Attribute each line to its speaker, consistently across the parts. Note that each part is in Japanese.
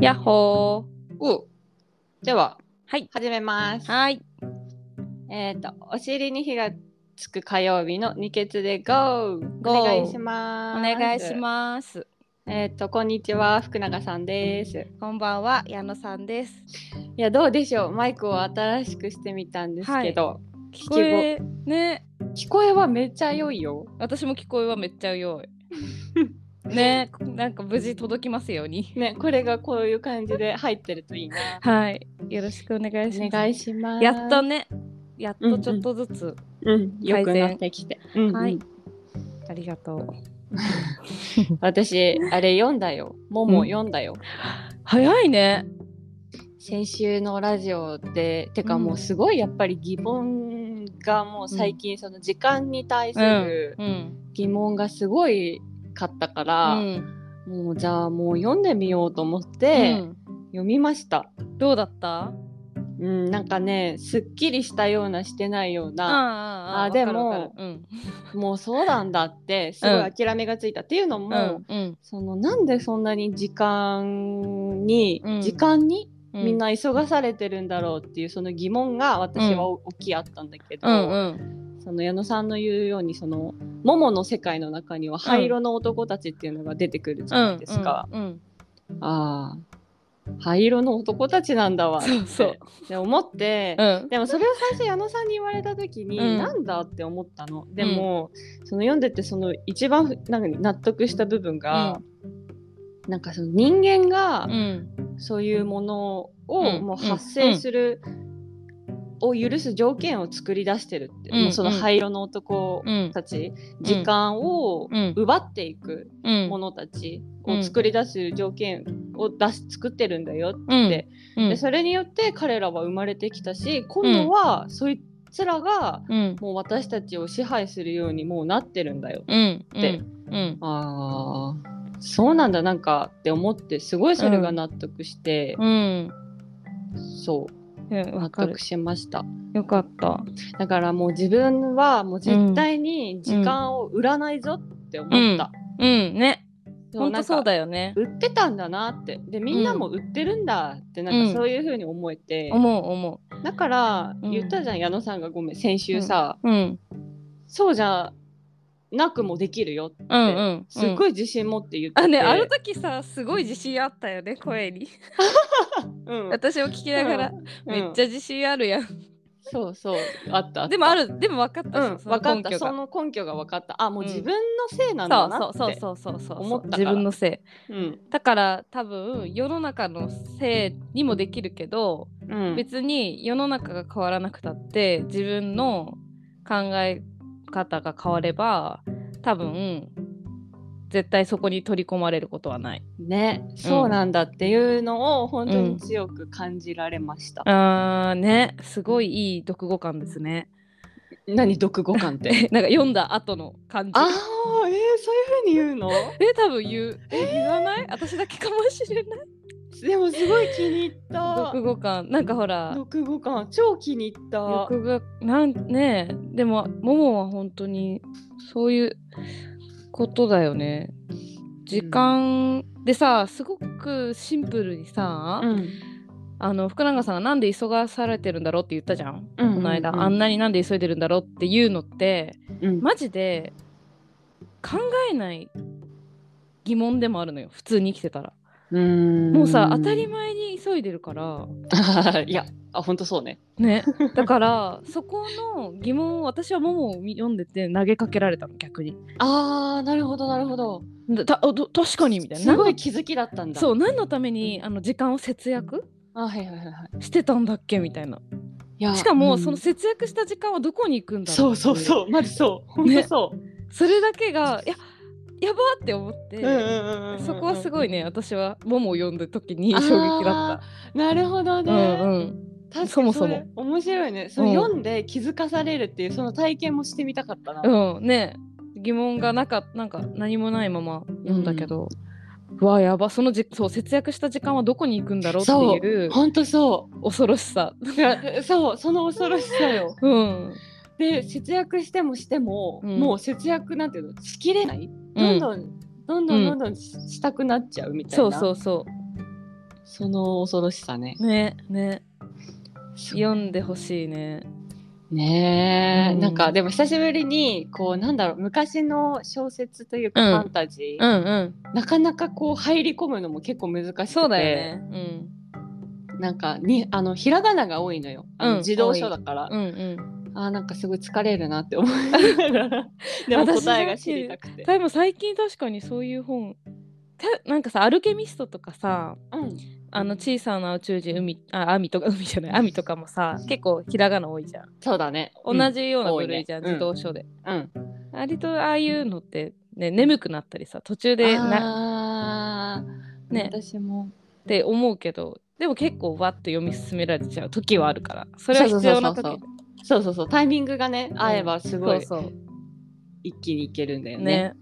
Speaker 1: やっほ
Speaker 2: おでは、
Speaker 1: はい
Speaker 2: 始めます
Speaker 1: ー。はい。
Speaker 2: えっ、と、お尻に火がつく火曜日の二血で GO!
Speaker 1: Go
Speaker 2: お願いし
Speaker 1: お
Speaker 2: ます。
Speaker 1: 願いします。
Speaker 2: す。えっ、と、こんにちは、福永さんです。い
Speaker 1: こんばんは、矢野さんです。
Speaker 2: や、どうでしょうマイクを新しくしてみたんですけど、
Speaker 1: 聞こえね、
Speaker 2: 聞こえはめっちゃ良いよ。
Speaker 1: 私も聞こえはめっちゃ 良い。ね、なんか無事届きますように。
Speaker 2: ね、これがこういう感 じで入ってるといいな。
Speaker 1: はい、よろしくお願いし
Speaker 2: お
Speaker 1: ます。
Speaker 2: 願いします。
Speaker 1: やっとね、やっとちょっとずつ、
Speaker 2: うん、良く
Speaker 1: 改善
Speaker 2: なってきて。うんうん
Speaker 1: はいありがとう。
Speaker 2: 私、あれ読んだよ。もも読んだよ。
Speaker 1: 早いね。
Speaker 2: 先週のラジオでてか
Speaker 1: うん
Speaker 2: もうすごいやっぱり疑問がもう最近その時間に対する
Speaker 1: うん。
Speaker 2: 疑問がすごいかったか
Speaker 1: う
Speaker 2: ら、
Speaker 1: ん。
Speaker 2: もうじゃあもう読んでみようと思っ
Speaker 1: う
Speaker 2: て
Speaker 1: ん
Speaker 2: 読みました、
Speaker 1: どうだった？
Speaker 2: うんなんかねすっきりしたようなしてないよう
Speaker 1: あ
Speaker 2: な、あ
Speaker 1: あ
Speaker 2: で
Speaker 1: で
Speaker 2: も
Speaker 1: も、うん、
Speaker 2: もうそうなんだってすご
Speaker 1: う
Speaker 2: い
Speaker 1: ん
Speaker 2: 諦めがついた、っていうのも、
Speaker 1: うん、うん、
Speaker 2: そのなんでそんなに時間に、
Speaker 1: うん
Speaker 2: 時間に
Speaker 1: うん
Speaker 2: みんな急がされてるんだろうっていうその疑問が私は大きいあったんだけど、
Speaker 1: うん、うん、
Speaker 2: その矢野さんの言うようにそのモモの世界の中には灰色の男たちっていうのが出てくるじゃないですか。
Speaker 1: うん、うん、
Speaker 2: ああ灰色の男たちなんだわっ
Speaker 1: そうそう
Speaker 2: て。で思って、
Speaker 1: うん、
Speaker 2: でもそれを最初矢野さんに言われた時に、
Speaker 1: うん
Speaker 2: なんだって思ったの。でも、その読んでてその一番なんか納得した部分が、なんかその人間が、
Speaker 1: うん、
Speaker 2: そういうものを
Speaker 1: うん
Speaker 2: もう発生する、を許す条件を作り出してるって、
Speaker 1: うん
Speaker 2: もうその灰色の男
Speaker 1: うん、
Speaker 2: たち、時間を
Speaker 1: うん、
Speaker 2: 奪っていく
Speaker 1: うん、
Speaker 2: 者たちを作り出す条件を出し作ってるんだよ、て
Speaker 1: うん、
Speaker 2: でそれによって彼らは生まれてきたし今度はそいつらが
Speaker 1: うん、
Speaker 2: もう私たちを支配するようにもうなってるんだよ。
Speaker 1: うん、うん、
Speaker 2: て
Speaker 1: うん、
Speaker 2: あーそうなんだなんかって思ってすごいそれが納得して、
Speaker 1: うん、
Speaker 2: そう
Speaker 1: うん、わ
Speaker 2: 納
Speaker 1: かる
Speaker 2: 得。しました
Speaker 1: よかった。
Speaker 2: だからもう自分はもう絶対に時間を売らないぞって思った、
Speaker 1: うん、ね、
Speaker 2: う
Speaker 1: 本当
Speaker 2: なんか
Speaker 1: そうだよね。
Speaker 2: 売ってたんだなってでみんなも売ってるんだってなん
Speaker 1: うん
Speaker 2: かそういう風に思えて、
Speaker 1: 思う、思
Speaker 2: だから
Speaker 1: うん
Speaker 2: 言ったじゃん、矢野さんがごめん先週さ、
Speaker 1: う。うん、
Speaker 2: そうじゃなくもできるよって、
Speaker 1: うん、うん、
Speaker 2: すっ
Speaker 1: い。
Speaker 2: ごい自信持って言ってて、
Speaker 1: あ、ね、あの時さ、すごい自信あったよね、声に。
Speaker 2: うん、
Speaker 1: 私も聞きながら、めっち
Speaker 2: ゃ
Speaker 1: ゃ自信あるやん。
Speaker 2: そうそうあった
Speaker 1: でもあ
Speaker 2: る
Speaker 1: るでも分かった
Speaker 2: う
Speaker 1: し、
Speaker 2: ん
Speaker 1: その
Speaker 2: 分かっ
Speaker 1: 根
Speaker 2: た
Speaker 1: 拠
Speaker 2: そ
Speaker 1: が
Speaker 2: の根拠が分かったあもう
Speaker 1: うん
Speaker 2: 自分のせいなんだなって、
Speaker 1: そうそうそうそうそうそう
Speaker 2: 思ったから
Speaker 1: 自分のせい
Speaker 2: うん
Speaker 1: だから多分世の中のせいにもできるけど、
Speaker 2: うん
Speaker 1: 別に世の中が変わらなくたって自分の考え方が変われば多分絶対そこに取り込まれることはない
Speaker 2: ね、そうなんだっていうのを本当に強く感じられました。
Speaker 1: あーねすごいいい読語感ですね
Speaker 2: 何読語感 って。
Speaker 1: なんか読んだ後の感じ
Speaker 2: ああ、えー、そういうふうに言うの
Speaker 1: え多分言うえ言わない私だけかもしれない
Speaker 2: でもすごい気に入った
Speaker 1: 読。語感なんかほら
Speaker 2: 読語感、超気に入った。
Speaker 1: 欲がなんねえでもももは本当にそういうことだよね時間でさすごくシンプルにさ、
Speaker 2: うん、
Speaker 1: あの福永さんがなんで急がされてるんだろうって言ったじゃん、
Speaker 2: うん
Speaker 1: この間、
Speaker 2: うん
Speaker 1: あんなになんで急いでるんだろうっていうのって
Speaker 2: うん、
Speaker 1: マジで考えない疑問でもあるのよ普通に生きてたらもうさ当たり前に急いでるから
Speaker 2: 前。 いや、あ、本当そうね。
Speaker 1: ね、だからそこの疑問を私はももを読んでて投げかけられたの逆に
Speaker 2: ああ、なるほど、なるほど。
Speaker 1: だたあど確かにみたいな
Speaker 2: すご
Speaker 1: 何
Speaker 2: い気づきだったん
Speaker 1: の
Speaker 2: だ。。
Speaker 1: そうう何のためにあの時間を節約
Speaker 2: あ、はいはいはいはい。
Speaker 1: してたんだっけみたいない
Speaker 2: や
Speaker 1: しかも、
Speaker 2: うん
Speaker 1: その節約した時間はどこに行くんだろ
Speaker 2: そううそう
Speaker 1: う
Speaker 2: そう、まずそう、本
Speaker 1: ね
Speaker 2: 当そう。
Speaker 1: それだけがいややばーって思って、
Speaker 2: うんうんうんうんうん
Speaker 1: そこはすごいね私はももを読んだ時に衝撃だっ
Speaker 2: なるほ
Speaker 1: た、
Speaker 2: どね。
Speaker 1: うんうん
Speaker 2: 確かに
Speaker 1: そもそも
Speaker 2: れ面白いねそう、
Speaker 1: うん
Speaker 2: 読んで気づかされるっていうその体験もしてみたかったな、
Speaker 1: うんね疑問がなかなんか何もないまま読んだけど、うわやばそのじそう節約した時間はどこに行くんだろうって
Speaker 2: そう
Speaker 1: いう
Speaker 2: ほんとそ
Speaker 1: 恐ろしさ
Speaker 2: ういやそうその恐ろしさよ
Speaker 1: うん
Speaker 2: で節約してもしても、
Speaker 1: うん
Speaker 2: もう節約なんていうのしきれない、
Speaker 1: うん
Speaker 2: どんどんどんどんどんどんししたくなっちゃうみたい
Speaker 1: そ
Speaker 2: な、
Speaker 1: うそうそう
Speaker 2: その恐ろしさね。
Speaker 1: ねね
Speaker 2: そう
Speaker 1: 読んでほしいね
Speaker 2: ねえ、
Speaker 1: うん
Speaker 2: なんかでも久しぶりにこうなんだろう昔の小説というか
Speaker 1: うん
Speaker 2: ファンタジー、
Speaker 1: うんうん
Speaker 2: なかなかこう入り込むのも結構難しくて
Speaker 1: そうだよねうん
Speaker 2: なんかにあのひらがなが多いのよあ
Speaker 1: うん
Speaker 2: の自動書だから、
Speaker 1: うんうん
Speaker 2: あーなんかすごい疲れるなって思いながら でも答えが知りたくて。
Speaker 1: でも最近確かにそういう本たなんかさアルケミストとかさ
Speaker 2: うん
Speaker 1: あの小さな宇宙人海あ網とか海じゃない網とかもさ結構ひらがな多いじゃん
Speaker 2: そうだね。
Speaker 1: 同じような部類じゃん、
Speaker 2: 多い
Speaker 1: 自
Speaker 2: ね
Speaker 1: 動書で、
Speaker 2: うん。
Speaker 1: 割とああいうのってね眠くなったりさ途中でなっ
Speaker 2: な
Speaker 1: ね
Speaker 2: 私も。
Speaker 1: て思うけどでも結構わっと読み進められちゃう時はあるからそれは必要な時
Speaker 2: そうそうそうそうそう。タイミングがね、合えばすご
Speaker 1: そ
Speaker 2: いう
Speaker 1: そう
Speaker 2: 一気にいけるんだよね。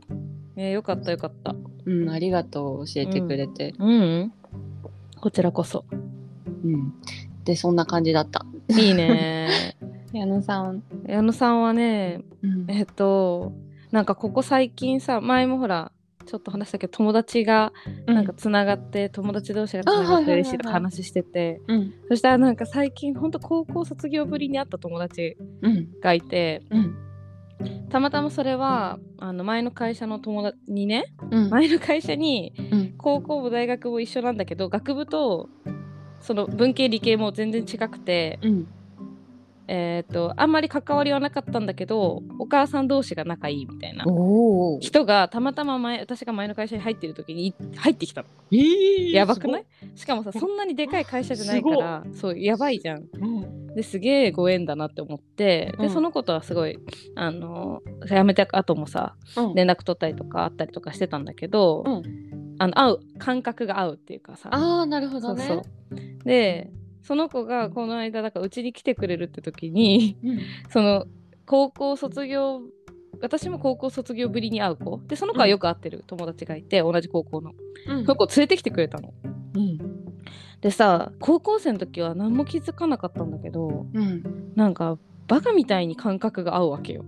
Speaker 1: ねねよかったよかった
Speaker 2: うん、ありがとう教えてくれて。
Speaker 1: うん、うん、こちらこそ
Speaker 2: うん。でそんな感じだった。
Speaker 1: いい ね
Speaker 2: 矢野さん。
Speaker 1: 矢野さんはね
Speaker 2: うん
Speaker 1: えっとなんかここ最近さ前もほらちょっと話したけど友達がなんかつながって、友達同士がつながって嬉しいとか
Speaker 2: あはいはいはいはい
Speaker 1: 話してて
Speaker 2: うん
Speaker 1: そしたらなんか最近ほんと高校卒業ぶりに会った友達
Speaker 2: うん
Speaker 1: がいて
Speaker 2: うん
Speaker 1: たまたまそれはあの前の会社の友達にね
Speaker 2: うん
Speaker 1: 前の会社に
Speaker 2: うん
Speaker 1: 高校も大学も一緒なんだけど学部とその文系理系も全然違くて、
Speaker 2: うん
Speaker 1: えー、とあんまり関わりはなかったんだけどお母さん同士が仲いいみたいな
Speaker 2: おお。
Speaker 1: 人がたまたま前私が前の会社に入ってる時に入ってきたの
Speaker 2: えー
Speaker 1: やばくないしかもさそんなにでかい会社じゃないからそうやばいじゃん
Speaker 2: すごいうん
Speaker 1: ですげえご縁だなって思ってで、
Speaker 2: うん
Speaker 1: その子とはすごいあの辞めた後もさ
Speaker 2: うん
Speaker 1: 連絡取ったりとかあったりとかしてたんだけど、
Speaker 2: うん
Speaker 1: あの合う感覚が合うっていうかさ
Speaker 2: ああなるほどね。
Speaker 1: そうそうでその子がこの間だからうちに来てくれるって時に
Speaker 2: うん
Speaker 1: その高校卒業私も高校卒業ぶりに会う子でその子はよく会ってる友達がいて、同じ高校の
Speaker 2: うん
Speaker 1: その子連れてきてくれたの。
Speaker 2: うん
Speaker 1: でさ高校生の時は何も気づかなかったんだけど
Speaker 2: うん
Speaker 1: なんかバカみたいに感覚が合うわけよ。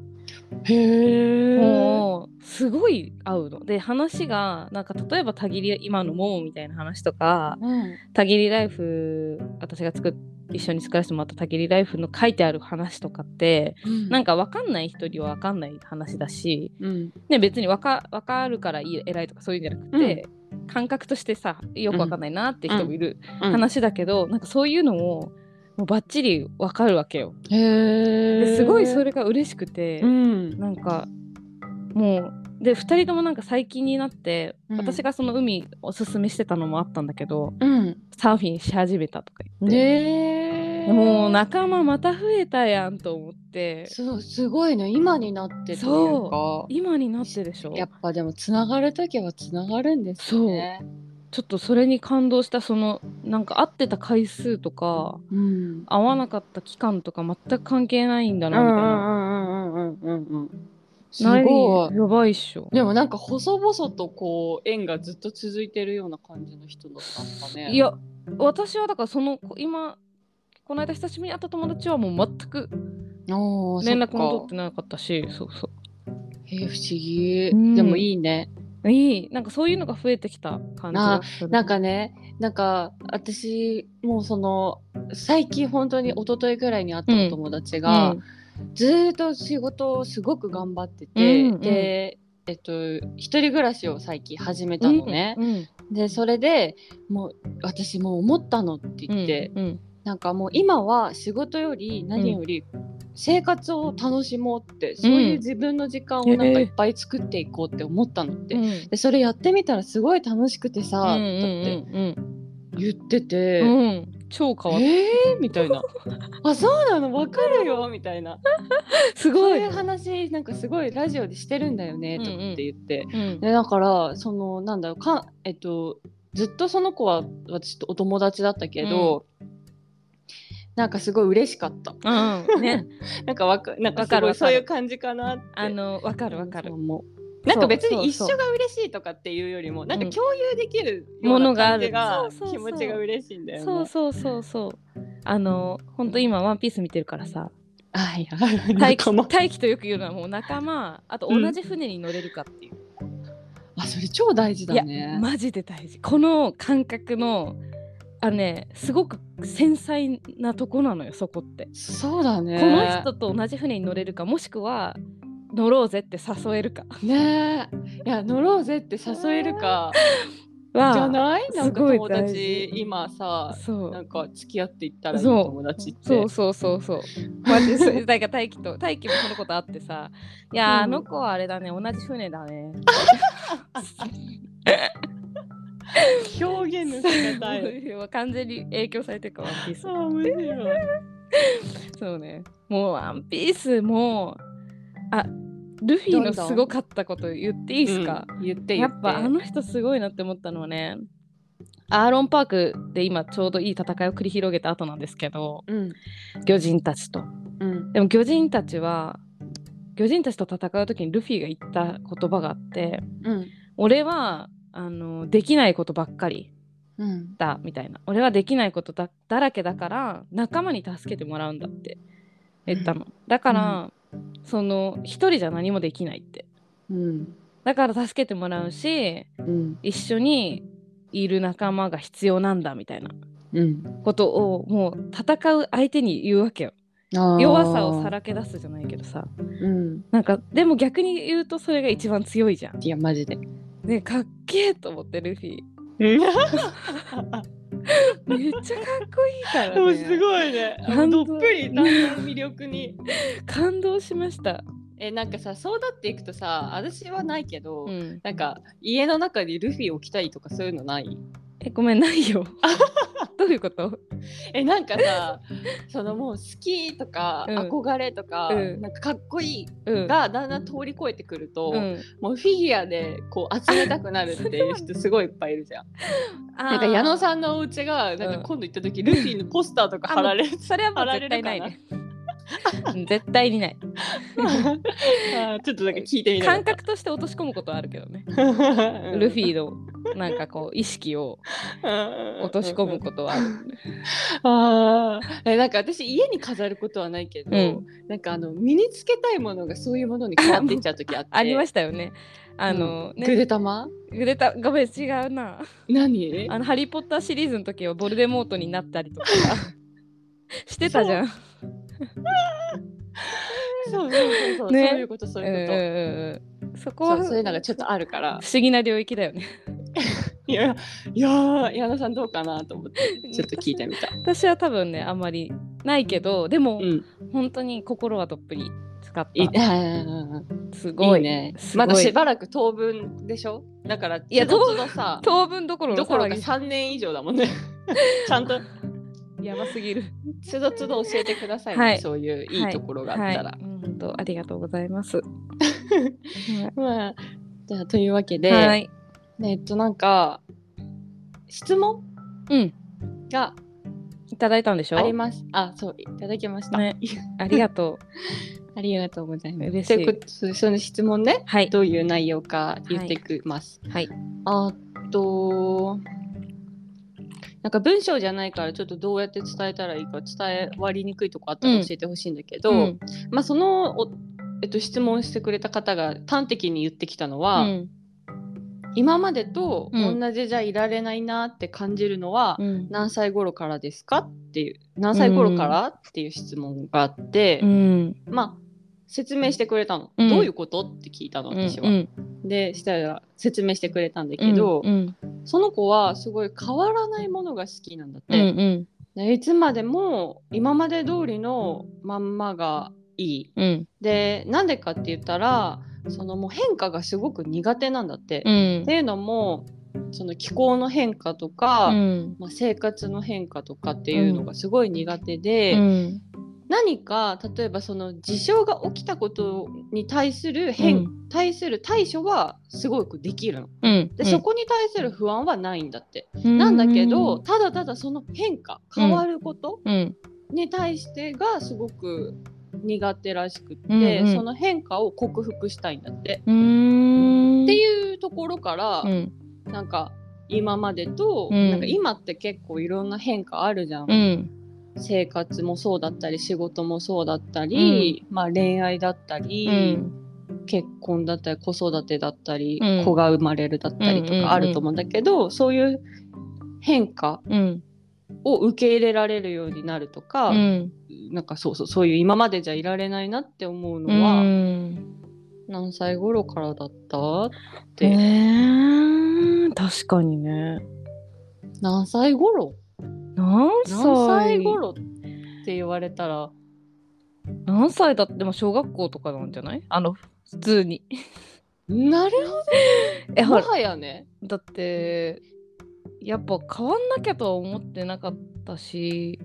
Speaker 2: へえ。
Speaker 1: もうすごい合うの。で話がなんか例えば「たぎり今のもも」みたいな話とか
Speaker 2: うん
Speaker 1: 「たぎりライフ」私が作っ一緒に作らせてもらった「たぎりライフ」の書いてある話とかってなん
Speaker 2: か、
Speaker 1: か分かんない人には分かんない話だし。
Speaker 2: うん、
Speaker 1: ね、別にわかわかるからいい偉いとかそういうんじゃなくて、感覚としてさよくわかんないなって人もいる話だけど、なんかそういうのももうバッチリわかるわけよ。
Speaker 2: へえ
Speaker 1: ですごいそ
Speaker 2: れ、
Speaker 1: れが嬉しくて、
Speaker 2: うん、
Speaker 1: なんかもうで2人ともなんか最近になって、
Speaker 2: うん
Speaker 1: 私がその海おすすめしてたのもあったんだけど
Speaker 2: うん、
Speaker 1: サーフィンし始めたとか言って、
Speaker 2: ねえ
Speaker 1: もう仲間また増えたやんと思って
Speaker 2: そうすごいね今になってというか
Speaker 1: 今になってでしょ
Speaker 2: やっぱでもつながる時はつながるんですね
Speaker 1: ちょっとそれに感動したそのなんか会ってた回数とか
Speaker 2: そう、うん、
Speaker 1: 会わなかった期間とか全く関係ないんだ
Speaker 2: うん
Speaker 1: なみたいな。
Speaker 2: うんうんうんうんうんす
Speaker 1: ない
Speaker 2: ごい
Speaker 1: やばいっしょ。
Speaker 2: でもなんか細々とこう縁がずっと続いてるような感じの人だったんだね
Speaker 1: いや私はだからその今この間久しぶりに会った友達はもう全く
Speaker 2: おー
Speaker 1: 連絡も取
Speaker 2: そ
Speaker 1: ってなかったしそうそ
Speaker 2: っかへえ不思議、
Speaker 1: うん
Speaker 2: でもいいね
Speaker 1: ういいなんかそういうのが増えてきた感じがする
Speaker 2: なんかねなんか私もうその最近本当に一昨日ぐらいに会ったお友達が、
Speaker 1: うん
Speaker 2: ずーっと仕事をすごく頑張ってて、
Speaker 1: うんうん
Speaker 2: でえっと一人暮らしを最近始めたのね、
Speaker 1: うん
Speaker 2: でそれでもう私もう思ったのって
Speaker 1: うん
Speaker 2: 言って、
Speaker 1: うん
Speaker 2: なんかもう今は仕事より何より生活を楽しもうって、そういう自分の時間をなんかいっぱい作っていこうって思ったのって、
Speaker 1: うん
Speaker 2: でそれやってみたらすごい楽しくてさ、
Speaker 1: うん
Speaker 2: だって
Speaker 1: うん
Speaker 2: 言ってて。
Speaker 1: うんうん超変わっ
Speaker 2: えー、みたいなあそうなのわかるよみたいな
Speaker 1: たす
Speaker 2: そ
Speaker 1: ご
Speaker 2: う
Speaker 1: い
Speaker 2: いう話なんかすごいラジオでしてるんだよねとかって言って、
Speaker 1: うん
Speaker 2: でだからそのなんだろうかえっとずっとその子は私とお友達だったけど、なんかすごい嬉しかった
Speaker 1: うんうんね
Speaker 2: なんかわかなんか
Speaker 1: わ
Speaker 2: す
Speaker 1: かる
Speaker 2: ご
Speaker 1: わかる
Speaker 2: いそういう感じかなって
Speaker 1: あのわかるわかる
Speaker 2: そう思うなん
Speaker 1: そ
Speaker 2: か
Speaker 1: う
Speaker 2: 別に一
Speaker 1: そ
Speaker 2: 緒
Speaker 1: うそう
Speaker 2: が嬉しいとかっていうよりもなんか
Speaker 1: うん
Speaker 2: 共有できる
Speaker 1: ものがある
Speaker 2: ような感じ
Speaker 1: そうそう
Speaker 2: 気
Speaker 1: そう
Speaker 2: 持ちが嬉しいんだよね。
Speaker 1: そうそうそうそう。あの本当今「ワンピース見てるからさ
Speaker 2: はい はい
Speaker 1: 大
Speaker 2: 仲間
Speaker 1: 気大気とよく言うのはもう仲間あと
Speaker 2: うん
Speaker 1: 同じ船に乗れるかっていう、
Speaker 2: あそれ超大事だね。
Speaker 1: マジで大事この感覚のあのねすごく繊細なとこなのよそこって、
Speaker 2: そうだね
Speaker 1: この人と同じ船に乗れるかもしくは乗ろうぜって誘えるか
Speaker 2: ねえいや乗ろうぜって誘えるか
Speaker 1: は
Speaker 2: じゃないなんか
Speaker 1: すごい
Speaker 2: 友
Speaker 1: 大
Speaker 2: 達
Speaker 1: 事
Speaker 2: 今さ
Speaker 1: そ
Speaker 2: な
Speaker 1: うん
Speaker 2: か付き合っていったらいい
Speaker 1: そう
Speaker 2: 友達って
Speaker 1: そうそうそうそうまあでそれだ から大輝と大輝もそのことあってさ「いやーあの子はあれだね同じ船だ ね」
Speaker 2: 表現の仕方 よ
Speaker 1: もう完全に影響されてるからワンピース
Speaker 2: あー面白い
Speaker 1: そうねもうワンピースもあルフィのすごかったこと言っていいですか、
Speaker 2: うん言って言
Speaker 1: や
Speaker 2: って
Speaker 1: っぱあの人すごいなって思ったのはねアーロンパークで今ちょうどいい戦いを繰り広げた後なんですけど
Speaker 2: うん
Speaker 1: 魚人たちと
Speaker 2: うん
Speaker 1: でも魚人たちは魚人たちと戦う時にルフィが言った言葉があって
Speaker 2: うん
Speaker 1: 俺はあのできないことばっかり
Speaker 2: うん
Speaker 1: だみたいな俺はできないことだだらけだから仲間に助けてもらうんだって言ったのだから、その一人じゃ何もできないって
Speaker 2: うん
Speaker 1: だから助けてもらうし
Speaker 2: うん
Speaker 1: 一緒にいる仲間が必要なんだみたいな
Speaker 2: うん
Speaker 1: ことをもう戦う相手に言うわけよ
Speaker 2: あー
Speaker 1: 弱さをさらけ出すじゃないけどさ
Speaker 2: うん
Speaker 1: なんかでも逆に言うとそれが一番強いじゃん
Speaker 2: いやマジで
Speaker 1: ねかっけえと思ってルフィめっちゃかっこいいから、 ね、
Speaker 2: でもすごいね
Speaker 1: 感
Speaker 2: ど
Speaker 1: 動
Speaker 2: っぷりなんか魅力に
Speaker 1: 感動しました。
Speaker 2: えなんかさそうなっていくとさ私はないけど、
Speaker 1: うん、
Speaker 2: なんか家の中にルフィ置きたいとかそういうのない
Speaker 1: えごめんないよ。どういうこと？
Speaker 2: えなんか さそのもう好きとか
Speaker 1: うん
Speaker 2: 憧れとか、
Speaker 1: うん
Speaker 2: なんかかっこいい
Speaker 1: うん。
Speaker 2: がだんだん通り越えてくると、
Speaker 1: うん、
Speaker 2: もうフィギュアでこう集めたくなるっていう人すごいいっぱいいるじゃん。
Speaker 1: な
Speaker 2: なんか矢野さんのお家がなんか今度行った時、ルフィのポスターとか貼られる。
Speaker 1: それはもう絶対ないね。うん絶対にない。
Speaker 2: あーちょっとなんか聞いてみた
Speaker 1: 感覚として落とし込むことはあるけどね。
Speaker 2: い。
Speaker 1: ルフィのなんかこう意識を
Speaker 2: 落
Speaker 1: 落とし込むことはある。
Speaker 2: あーえなんか私家に飾ることはないけ
Speaker 1: う
Speaker 2: ど、
Speaker 1: ん
Speaker 2: なんかあの身につけたいものがそういうものに変わっていっちゃう時あって
Speaker 1: ありま
Speaker 2: し
Speaker 1: したよね。あの、
Speaker 2: グ
Speaker 1: ね
Speaker 2: レ玉
Speaker 1: ぐれたごめん違うな。
Speaker 2: 何
Speaker 1: あのハリー・ポッターシリーズの時はボルデモートになった りとかしてたじゃん。
Speaker 2: そうそうそうそう、
Speaker 1: ね
Speaker 2: そういうことそううん
Speaker 1: うん
Speaker 2: いうこと、
Speaker 1: うんうんそこ
Speaker 2: そ
Speaker 1: は
Speaker 2: うそういうの
Speaker 1: 不
Speaker 2: がちょっとあるから
Speaker 1: 思議な領域だよね。
Speaker 2: いやいやー矢野さんどうかなと思ってちょっと聞い てみた、
Speaker 1: 私は多分ねあんまりないけどでも、
Speaker 2: うん、
Speaker 1: 本当に心はどっぷり使っ
Speaker 2: いい
Speaker 1: たすご
Speaker 2: い
Speaker 1: い
Speaker 2: いね
Speaker 1: すごい
Speaker 2: まだしばらく当分でしょだからい
Speaker 1: や
Speaker 2: 都度都度さ
Speaker 1: 当分どころの
Speaker 2: どころか
Speaker 1: 騒ぎ
Speaker 2: 3年以上だもんね ちゃんと
Speaker 1: やばすぎる
Speaker 2: つどつど教えてくださいね、
Speaker 1: はい
Speaker 2: そういういいところがあったら。
Speaker 1: はいうん本当ありがとうございます
Speaker 2: まあ、じゃあというわけで、
Speaker 1: はい
Speaker 2: ねえっとなんか質問
Speaker 1: うん
Speaker 2: が
Speaker 1: いただいたんでしょ
Speaker 2: あります。あそういただきました。
Speaker 1: ねありがと
Speaker 2: ありがとうございます。
Speaker 1: 嬉しい
Speaker 2: ということその質問ね
Speaker 1: うはい
Speaker 2: どういう内容か言ってきます。
Speaker 1: はい
Speaker 2: あとなんか文章じゃないからちょっとどうやって伝えたらいいか伝え割りにくいとこあったら教えてほしいんだけど、
Speaker 1: うん
Speaker 2: まあそのおえっと、質問してくれた方が端的に言ってきたのは、
Speaker 1: うん
Speaker 2: 今までと
Speaker 1: うん
Speaker 2: 同じじゃいられないなって感じるのは、
Speaker 1: うん
Speaker 2: 何歳頃からですかっていう何歳頃から、っていう質問があって、
Speaker 1: うん
Speaker 2: まあ説明してくれたの、
Speaker 1: うん
Speaker 2: どういうことって聞いたの私は。
Speaker 1: うん
Speaker 2: でしたら説明してくれたんだけど、
Speaker 1: うん
Speaker 2: その子はすごい変わらないものが好きなんだっ
Speaker 1: うん
Speaker 2: て、
Speaker 1: うん
Speaker 2: でいつまでも今まで通りのまんまがいい。
Speaker 1: うん
Speaker 2: でなんでかって言ったらそのもう変化がすごく苦手なんだって。
Speaker 1: うん
Speaker 2: っていうのもその気候の変化とか、
Speaker 1: うん
Speaker 2: まあ、生活の変化とかっていうのがすごい苦手で、
Speaker 1: うん
Speaker 2: 何か例えばその事象が起きたことに対する変、
Speaker 1: う
Speaker 2: 対する対処はすごくできるの。
Speaker 1: うん
Speaker 2: でそこに対する不安はないんだって。
Speaker 1: うん
Speaker 2: なんだけどただただその変化変わること
Speaker 1: うん
Speaker 2: に対してがすごく苦手らしくって、
Speaker 1: うんうん
Speaker 2: その変化を克服したいんだって。
Speaker 1: うん
Speaker 2: って
Speaker 1: う
Speaker 2: いうところから、
Speaker 1: ん
Speaker 2: なんか今までと、
Speaker 1: うん
Speaker 2: なんか今って結構いろんな変化あるじゃん
Speaker 1: う。ん
Speaker 2: 生活もそうだったり仕事もそうだったり、まあ、恋愛だった
Speaker 1: う
Speaker 2: り、
Speaker 1: ん
Speaker 2: 結婚だったり子育てだったり、
Speaker 1: うん
Speaker 2: 子が生まれるだったりと
Speaker 1: うんうんうん
Speaker 2: かあると思うんだけど、そういう変化
Speaker 1: うん
Speaker 2: を受け入れられるようになるとか、
Speaker 1: うん
Speaker 2: なんかそうそうそういう今までじゃいられないなって思う
Speaker 1: う
Speaker 2: のは、
Speaker 1: ん
Speaker 2: 何歳頃からだったって、
Speaker 1: ねえ確かにね
Speaker 2: 何歳頃
Speaker 1: 何歳
Speaker 2: 何歳頃って言われたら
Speaker 1: 何歳だっても小学校とかなんじゃないあの普通に
Speaker 2: なるほ
Speaker 1: え
Speaker 2: ども
Speaker 1: ほら
Speaker 2: はやね
Speaker 1: だってやっぱ変わんなきゃとは思ってなかったし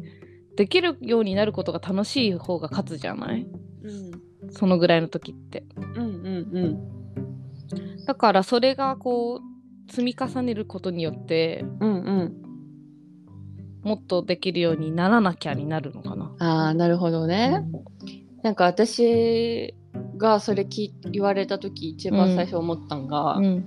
Speaker 1: できるようになることが楽しい方が勝つじゃない
Speaker 2: うん
Speaker 1: そのぐらいの時って
Speaker 2: うんうんうん
Speaker 1: だからそれがこう積み重ねることによって
Speaker 2: うんうん
Speaker 1: もっとできるようにならなきゃになるのかな。
Speaker 2: ああなるほどね、なんか私がそれ聞い言われた時一番最初思ったんが、
Speaker 1: うん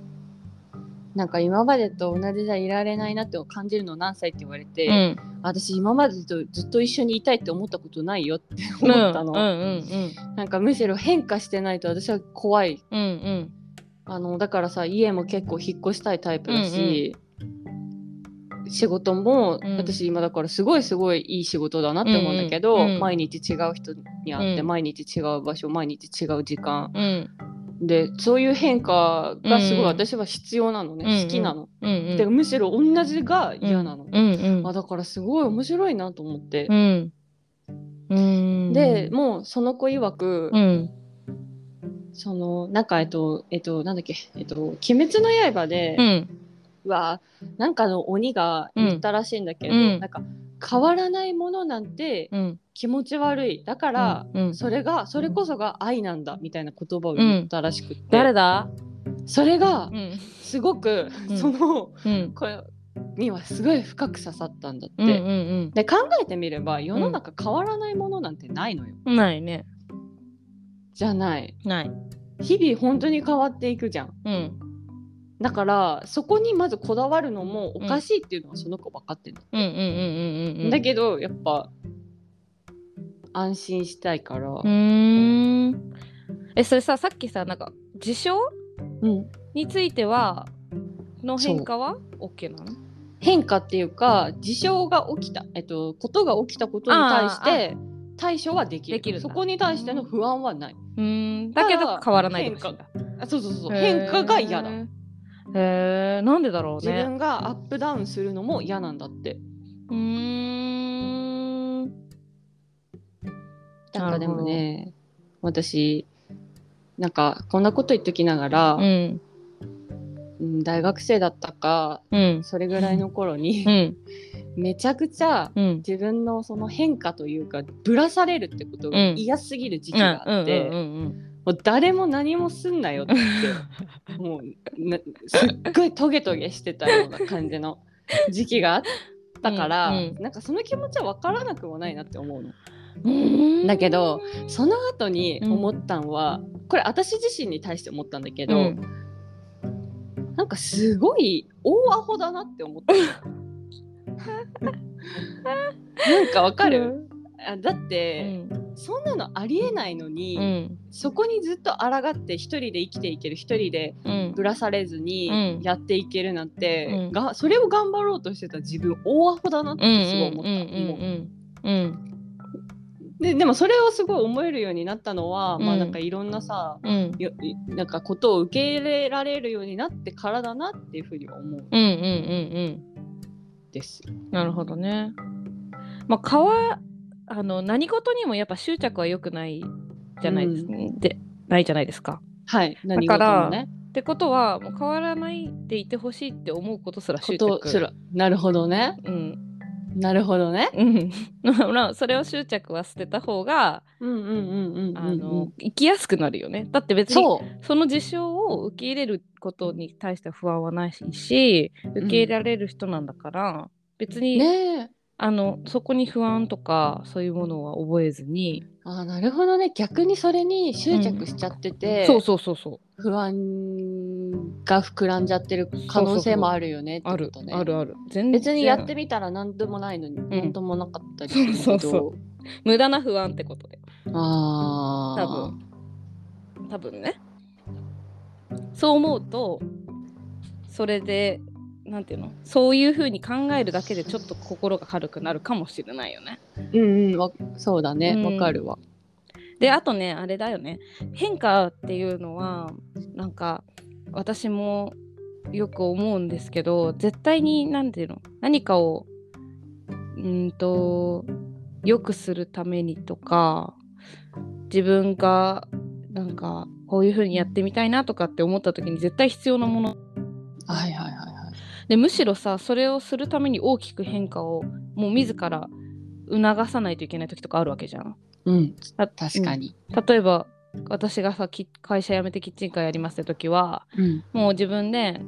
Speaker 2: なんか今までと同じじゃいられないなって感じるの何歳って言われて、
Speaker 1: うん
Speaker 2: 私今までとずっと一緒にいたいって思ったことないよって
Speaker 1: うん
Speaker 2: 思ったの、
Speaker 1: うん
Speaker 2: なんかむしろ変化してないと私は怖い
Speaker 1: うんうん
Speaker 2: あのだからさ家も結構引っ越したいタイプだし、仕事も、
Speaker 1: うん
Speaker 2: 私今だからすごいすごいいい仕事だなって思うんだけど、
Speaker 1: うんうんうん
Speaker 2: 毎日違う人に会って、
Speaker 1: うん
Speaker 2: 毎日違う場所毎日違う時間
Speaker 1: うん
Speaker 2: でそういう変化がす
Speaker 1: う
Speaker 2: ごい
Speaker 1: ん
Speaker 2: 私は必要なのね、
Speaker 1: うんうん
Speaker 2: 好きなの、
Speaker 1: うんうん
Speaker 2: でむしろ同じが嫌なの、
Speaker 1: うんうん
Speaker 2: あだからすごい面白いなと思って
Speaker 1: う、んうん
Speaker 2: でもうその子曰く、
Speaker 1: うん
Speaker 2: そのなんかえっとえっとなんだっけえっと「鬼滅の刃で」
Speaker 1: うん
Speaker 2: はなんかの鬼が言ったらしいんだけど、
Speaker 1: うん
Speaker 2: なんか変わらないものなんて
Speaker 1: うん
Speaker 2: 気持ち悪いだから、
Speaker 1: うん
Speaker 2: それがそれこそが愛なんだみたいな言葉を言ったらしくって、
Speaker 1: 誰だ
Speaker 2: それが
Speaker 1: うん
Speaker 2: すごく、
Speaker 1: うん
Speaker 2: その
Speaker 1: うん
Speaker 2: これにはすごい深く刺さったんだって。
Speaker 1: うんうん
Speaker 2: で考えてみれば世の中変わらないものなんてないのよ、
Speaker 1: うんないね
Speaker 2: じゃない
Speaker 1: ない
Speaker 2: 日々本当に変わっていくじゃん
Speaker 1: うん
Speaker 2: だからそこにまずこだわるのもおかしいっていうのはその子分かってるの、
Speaker 1: うんうんうんうんうんうん
Speaker 2: だけどやっぱ安心したいから、
Speaker 1: うーんえそれささっきさなんか事象
Speaker 2: うん
Speaker 1: についてはの変化は OK なの
Speaker 2: 変化っていうか事象が起きた、えっと、ことが起きたことに対して対処はできる
Speaker 1: できるんだ
Speaker 2: そこに対しての不安はない、
Speaker 1: うーんだけど変わらないでほしいんだ
Speaker 2: あそうそうそうそう変化が嫌だ
Speaker 1: へえーなんでだろう
Speaker 2: 自
Speaker 1: ね
Speaker 2: 分がアップダウンするのも嫌なんだって
Speaker 1: うーん
Speaker 2: なんかでも
Speaker 1: な
Speaker 2: ね私なんかこんなこと言っときながら、
Speaker 1: うん
Speaker 2: うん大学生だったか
Speaker 1: うん
Speaker 2: それぐらいの頃に
Speaker 1: うん
Speaker 2: めちゃくちゃ
Speaker 1: うん
Speaker 2: 自分のその変化というかぶらされるってことが
Speaker 1: うん
Speaker 2: 嫌すぎる時
Speaker 1: う
Speaker 2: 期
Speaker 1: ん
Speaker 2: があって、
Speaker 1: うんうん
Speaker 2: もう誰も何もすんなよっ て言ってもうなすっごいトゲトゲしてたような感じの時期があったから、
Speaker 1: うんう
Speaker 2: なんかその気持ちは分からなくもないなって思うの。
Speaker 1: うん
Speaker 2: だけどその後に思ったんは、これ私自身に対して思ったんだけど、
Speaker 1: うん
Speaker 2: なんかすごい大アホだなって思った。 なんかわかる、あだっ
Speaker 1: う
Speaker 2: て、
Speaker 1: ん
Speaker 2: そんなのありえないのに、
Speaker 1: うん
Speaker 2: そこにずっと抗って一人で生きていける一人で
Speaker 1: うん
Speaker 2: ぶらされずに
Speaker 1: うん
Speaker 2: やっていけるなんて、
Speaker 1: うん
Speaker 2: がそれを頑張ろうとしてた自分大アホだなっ
Speaker 1: うん
Speaker 2: てすごい思った。も
Speaker 1: うんうんうん
Speaker 2: うででもそれをすごい思えるようになったのは、まあ
Speaker 1: うん
Speaker 2: なんかいろんなさ
Speaker 1: うんうん
Speaker 2: よいなんかことを受け入れられるようになってからだなっていうふうには思うん
Speaker 1: うんうんうん
Speaker 2: ですよ。
Speaker 1: うんなるほどねまあ変わあの何事にもやっぱ執着は良くないじゃないです、でないじゃないですか
Speaker 2: はい、何
Speaker 1: だ
Speaker 2: 事
Speaker 1: から
Speaker 2: もね。
Speaker 1: ってことはもう変わらないでいてほしいって思うことすら
Speaker 2: こ
Speaker 1: 執着
Speaker 2: とすら。なるほどね。
Speaker 1: うん
Speaker 2: なるほどね。
Speaker 1: うん まあそれを執着は捨てた方が
Speaker 2: うんうんうんうんうんうん。
Speaker 1: あの、生きやすくなるよねだって別に
Speaker 2: そう。
Speaker 1: その事象を受け入れることに対しては不安はないし受け入れられる人なんだから、別に、
Speaker 2: ねえ。
Speaker 1: あのそこに不安とかそういうものは覚えずに、
Speaker 2: あーなるほどね逆にそれに執着しちゃってて、
Speaker 1: そうそうそうそう
Speaker 2: 不安が膨らんじゃってる可能性もあるよねって
Speaker 1: あ
Speaker 2: こ
Speaker 1: る、
Speaker 2: とね
Speaker 1: あるある全然
Speaker 2: 別にやってみたら何でもないのに何ともなかったりするけど、
Speaker 1: そうそうそ無駄な不安ってことで
Speaker 2: ああ
Speaker 1: 多分多分ねそう思うとそれでなんていうのそういう風に考えるだけでちょっと心が軽くなるかもしれないよね。
Speaker 2: うんうんわそうだね
Speaker 1: うん
Speaker 2: わかるわ
Speaker 1: であとねあれだよね変化っていうのはなんか私もよく思うんですけど絶対に何ていうの何かをうーんと良くするためにとか自分がなんかこういう風にやってみたいなとかって思った時に絶対必要なもの
Speaker 2: はいはいはいはい
Speaker 1: でむしろさそれをするために大きく変化をもう自ら促さないといけない時とかあるわけじゃん。
Speaker 2: うん
Speaker 1: あ
Speaker 2: 確かに
Speaker 1: 例えば私がさき会社辞めてキッチンカーやりますって時は
Speaker 2: うん
Speaker 1: もう自分で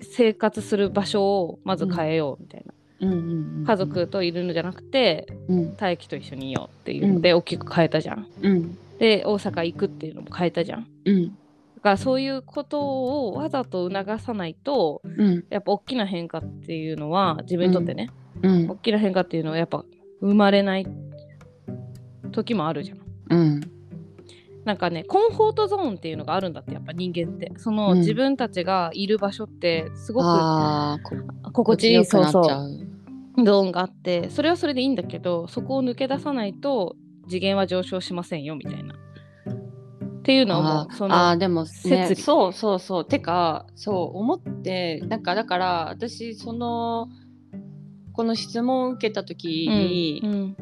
Speaker 1: 生活する場所をまず変えようみたいな、
Speaker 2: うんうんうん
Speaker 1: 家族といるのじゃなくて
Speaker 2: うん
Speaker 1: 大輝と一緒にいようっていうので大きく変えたじゃん、
Speaker 2: うん
Speaker 1: で大阪行くっていうのも変えたじゃん
Speaker 2: うん
Speaker 1: だからそういうことをわざと促さないと
Speaker 2: うん
Speaker 1: やっぱ大きな変化っていうのは自分にとってね、
Speaker 2: うん
Speaker 1: 大きな変化っていうのはやっぱ生まれない時もあるじゃん
Speaker 2: うん
Speaker 1: なんかねコンフォートゾーンっていうのがあるんだってやっぱ人間ってその、
Speaker 2: うん
Speaker 1: 自分たちがいる場所ってすごく
Speaker 2: あーこ
Speaker 1: 心
Speaker 2: 心
Speaker 1: 地
Speaker 2: 地
Speaker 1: いい
Speaker 2: よく
Speaker 1: そう
Speaker 2: なっち
Speaker 1: そ
Speaker 2: ゃ
Speaker 1: う
Speaker 2: う
Speaker 1: ゾーンがあってそれはそれでいいんだけどそこを抜け出さないと次元は上昇しませんよみたいな。っていうのはも
Speaker 2: あ
Speaker 1: うそ
Speaker 2: ー
Speaker 1: の
Speaker 2: あーでも、
Speaker 1: 摂
Speaker 2: ね、
Speaker 1: 理
Speaker 2: そうそうそうてかそう思ってなんかだから私そのこの質問を受けた時に、
Speaker 1: うん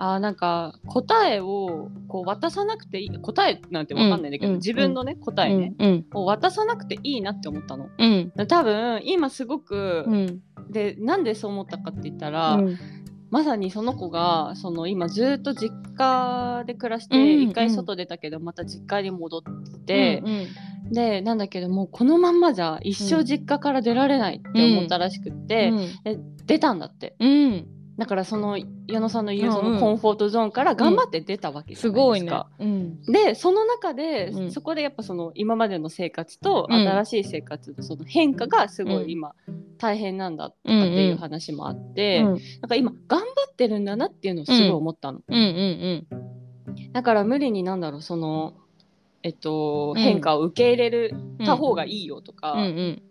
Speaker 2: あーなんか答えをこう渡さなくていい答えなんてわかんないんだけど、
Speaker 1: うん
Speaker 2: 自分のね、
Speaker 1: う
Speaker 2: 答えね
Speaker 1: ん、うん
Speaker 2: を渡さなくていいなって思ったの
Speaker 1: うん
Speaker 2: 多分今すごく、
Speaker 1: うん
Speaker 2: でなんでそう思ったかって言ったら、
Speaker 1: うん
Speaker 2: まさにその子がその今ずっと実家で暮らして
Speaker 1: うん
Speaker 2: 一、
Speaker 1: う
Speaker 2: 回
Speaker 1: ん
Speaker 2: 外出たけどまた実家に戻って、
Speaker 1: うんうん
Speaker 2: でなんだけどもうこのまんまじゃ一
Speaker 1: う
Speaker 2: 生
Speaker 1: ん
Speaker 2: 実家から出られないって思ったらしくって、出たんだって
Speaker 1: うん
Speaker 2: だからその矢野さんの言うそ
Speaker 1: うんう
Speaker 2: の
Speaker 1: ん
Speaker 2: コンフォートゾーンから頑張って出たわけじ
Speaker 1: す
Speaker 2: ゃない
Speaker 1: ご
Speaker 2: で
Speaker 1: い
Speaker 2: す
Speaker 1: ね
Speaker 2: か。。
Speaker 1: うん
Speaker 2: でその中で、
Speaker 1: うん
Speaker 2: そこでやっぱその今までの生活と
Speaker 1: うん
Speaker 2: 新しい生活のその変化がすご
Speaker 1: うん
Speaker 2: い今大変なんだっ
Speaker 1: うんう
Speaker 2: ていうん話もあって、
Speaker 1: うん
Speaker 2: なんか今頑張ってるんだなっていうのをすごい思ったの。
Speaker 1: うんうん
Speaker 2: だから無理になんだろうそのえっと
Speaker 1: うん
Speaker 2: 変化を受け入れる
Speaker 1: うん
Speaker 2: た方がいいよとか、
Speaker 1: うんうん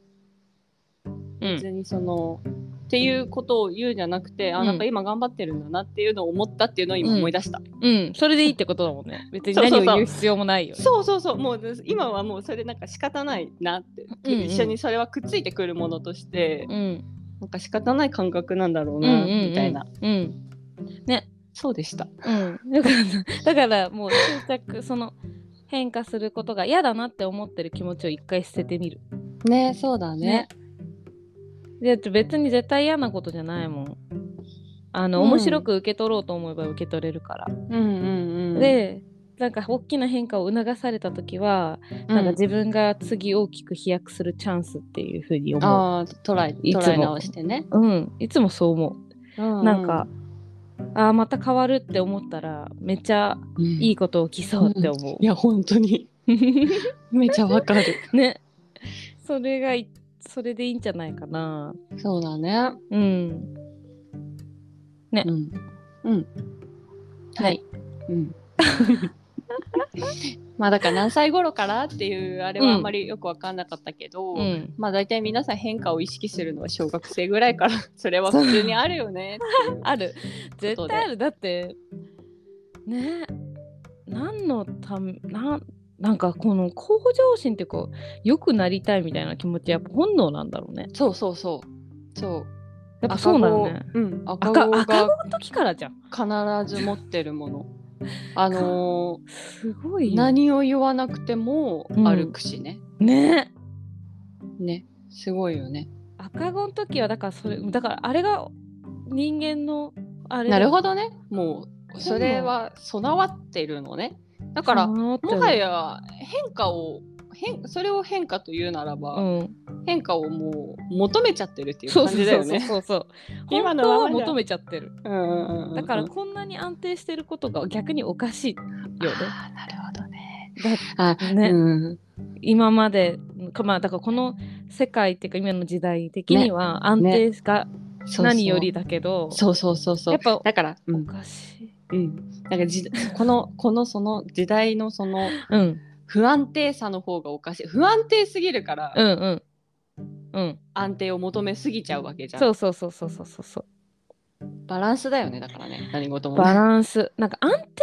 Speaker 1: うん
Speaker 2: 別にそのっていうことを言うんじゃなくて、
Speaker 1: う
Speaker 2: あ
Speaker 1: ん
Speaker 2: なんか今頑張ってるんだなっていうのを思ったっていうのを今思い出した、
Speaker 1: うん、それでいいってことだもん ね。別に
Speaker 2: そう
Speaker 1: 何
Speaker 2: そうそう
Speaker 1: を言う必要もないよね。
Speaker 2: そうそうそうもうです今はもうそれなんか仕方ないなって、
Speaker 1: うんうん
Speaker 2: 一緒にそれはくっついてくるものとして、
Speaker 1: うん、
Speaker 2: なんか仕方ない感覚なんだろう
Speaker 1: うん、うん
Speaker 2: な、、みたいな
Speaker 1: うん、
Speaker 2: そうでした
Speaker 1: うん、だから、だから、もう執着、その。変化することが嫌だなって思ってる気持ちを一回捨ててみる。
Speaker 2: ねそうだ
Speaker 1: ねだって別に絶対嫌なことじゃないもん。あの、
Speaker 2: うん
Speaker 1: 面白く受け取ろうと思えば受け取れるから。
Speaker 2: うんうんうん
Speaker 1: で、なんか大きな変化を促された時は、なんか自分が次大きく飛躍するチャンスっていうふうに
Speaker 2: うん
Speaker 1: 思う。
Speaker 2: ああトライ
Speaker 1: いつも
Speaker 2: トライ直してね、
Speaker 1: うん、いつもそう思う。
Speaker 2: うう
Speaker 1: なんか、あーまた変わるって思ったらめっちゃい
Speaker 2: い
Speaker 1: いこと起きそうって思
Speaker 2: いや本当に
Speaker 1: う。
Speaker 2: めちゃわかる
Speaker 1: ねそれがいそれでいいんじゃないかな。
Speaker 2: そうだね
Speaker 1: うん。
Speaker 2: うんうんはい、うん、 まあだから何歳頃からっていうあれはあんまりよくわかんなかったけど、
Speaker 1: うん、
Speaker 2: まあ大体皆さん変化を意識するのは小学生ぐらいから それは普通にあるよねっていう
Speaker 1: ある絶対あるだってね何のためなんなんかこの向上心っていうか良くなりたいみたいな気持ちやっぱ本能なんだろうね。
Speaker 2: そうそうそうそう
Speaker 1: やっぱそうなのね。
Speaker 2: 赤子うん赤
Speaker 1: 赤
Speaker 2: 子
Speaker 1: 赤子の時からじゃん。
Speaker 2: が必ず持ってる ものあの
Speaker 1: すごい
Speaker 2: ー
Speaker 1: よね。
Speaker 2: 何を言わなくても歩くしね、
Speaker 1: ね
Speaker 2: ねすごいよね
Speaker 1: 赤子の時はだからそれだからあれが人間のあれ
Speaker 2: なる
Speaker 1: ど
Speaker 2: ほどね。もうそれは備わってるのね。だからも
Speaker 1: も
Speaker 2: はや変化を変それを変化というならば、
Speaker 1: うん
Speaker 2: 変化をもう求めちゃってるっていう
Speaker 1: そう
Speaker 2: 感
Speaker 1: そう
Speaker 2: じ
Speaker 1: そう
Speaker 2: だよ
Speaker 1: そう
Speaker 2: ね。
Speaker 1: そうそう
Speaker 2: 今
Speaker 1: 本
Speaker 2: の
Speaker 1: 当は
Speaker 2: ままじゃ
Speaker 1: 求めちゃってる
Speaker 2: うんうんうんうん
Speaker 1: だからこんなに安定してることが逆におかしいよね
Speaker 2: あーなるほどね。
Speaker 1: だ
Speaker 2: あ
Speaker 1: ってね、
Speaker 2: うん
Speaker 1: 今までかまあだからこの世界っていうか今の時代的には安定が
Speaker 2: そうそう
Speaker 1: 何よりだけど、
Speaker 2: そうそうそうそう。
Speaker 1: やっぱ
Speaker 2: だから、う
Speaker 1: お
Speaker 2: ん
Speaker 1: かしい
Speaker 2: うん、なんかじこのこのその時代のその
Speaker 1: うん
Speaker 2: 不安定さの方がおかしい不安定すぎるから、
Speaker 1: うんうんううん、
Speaker 2: 安定を求めすぎちゃうわけじゃん。
Speaker 1: そうそうそうそうそうそうそう
Speaker 2: バランスだよねだからね何事もね、
Speaker 1: バランスなんか安定を求めて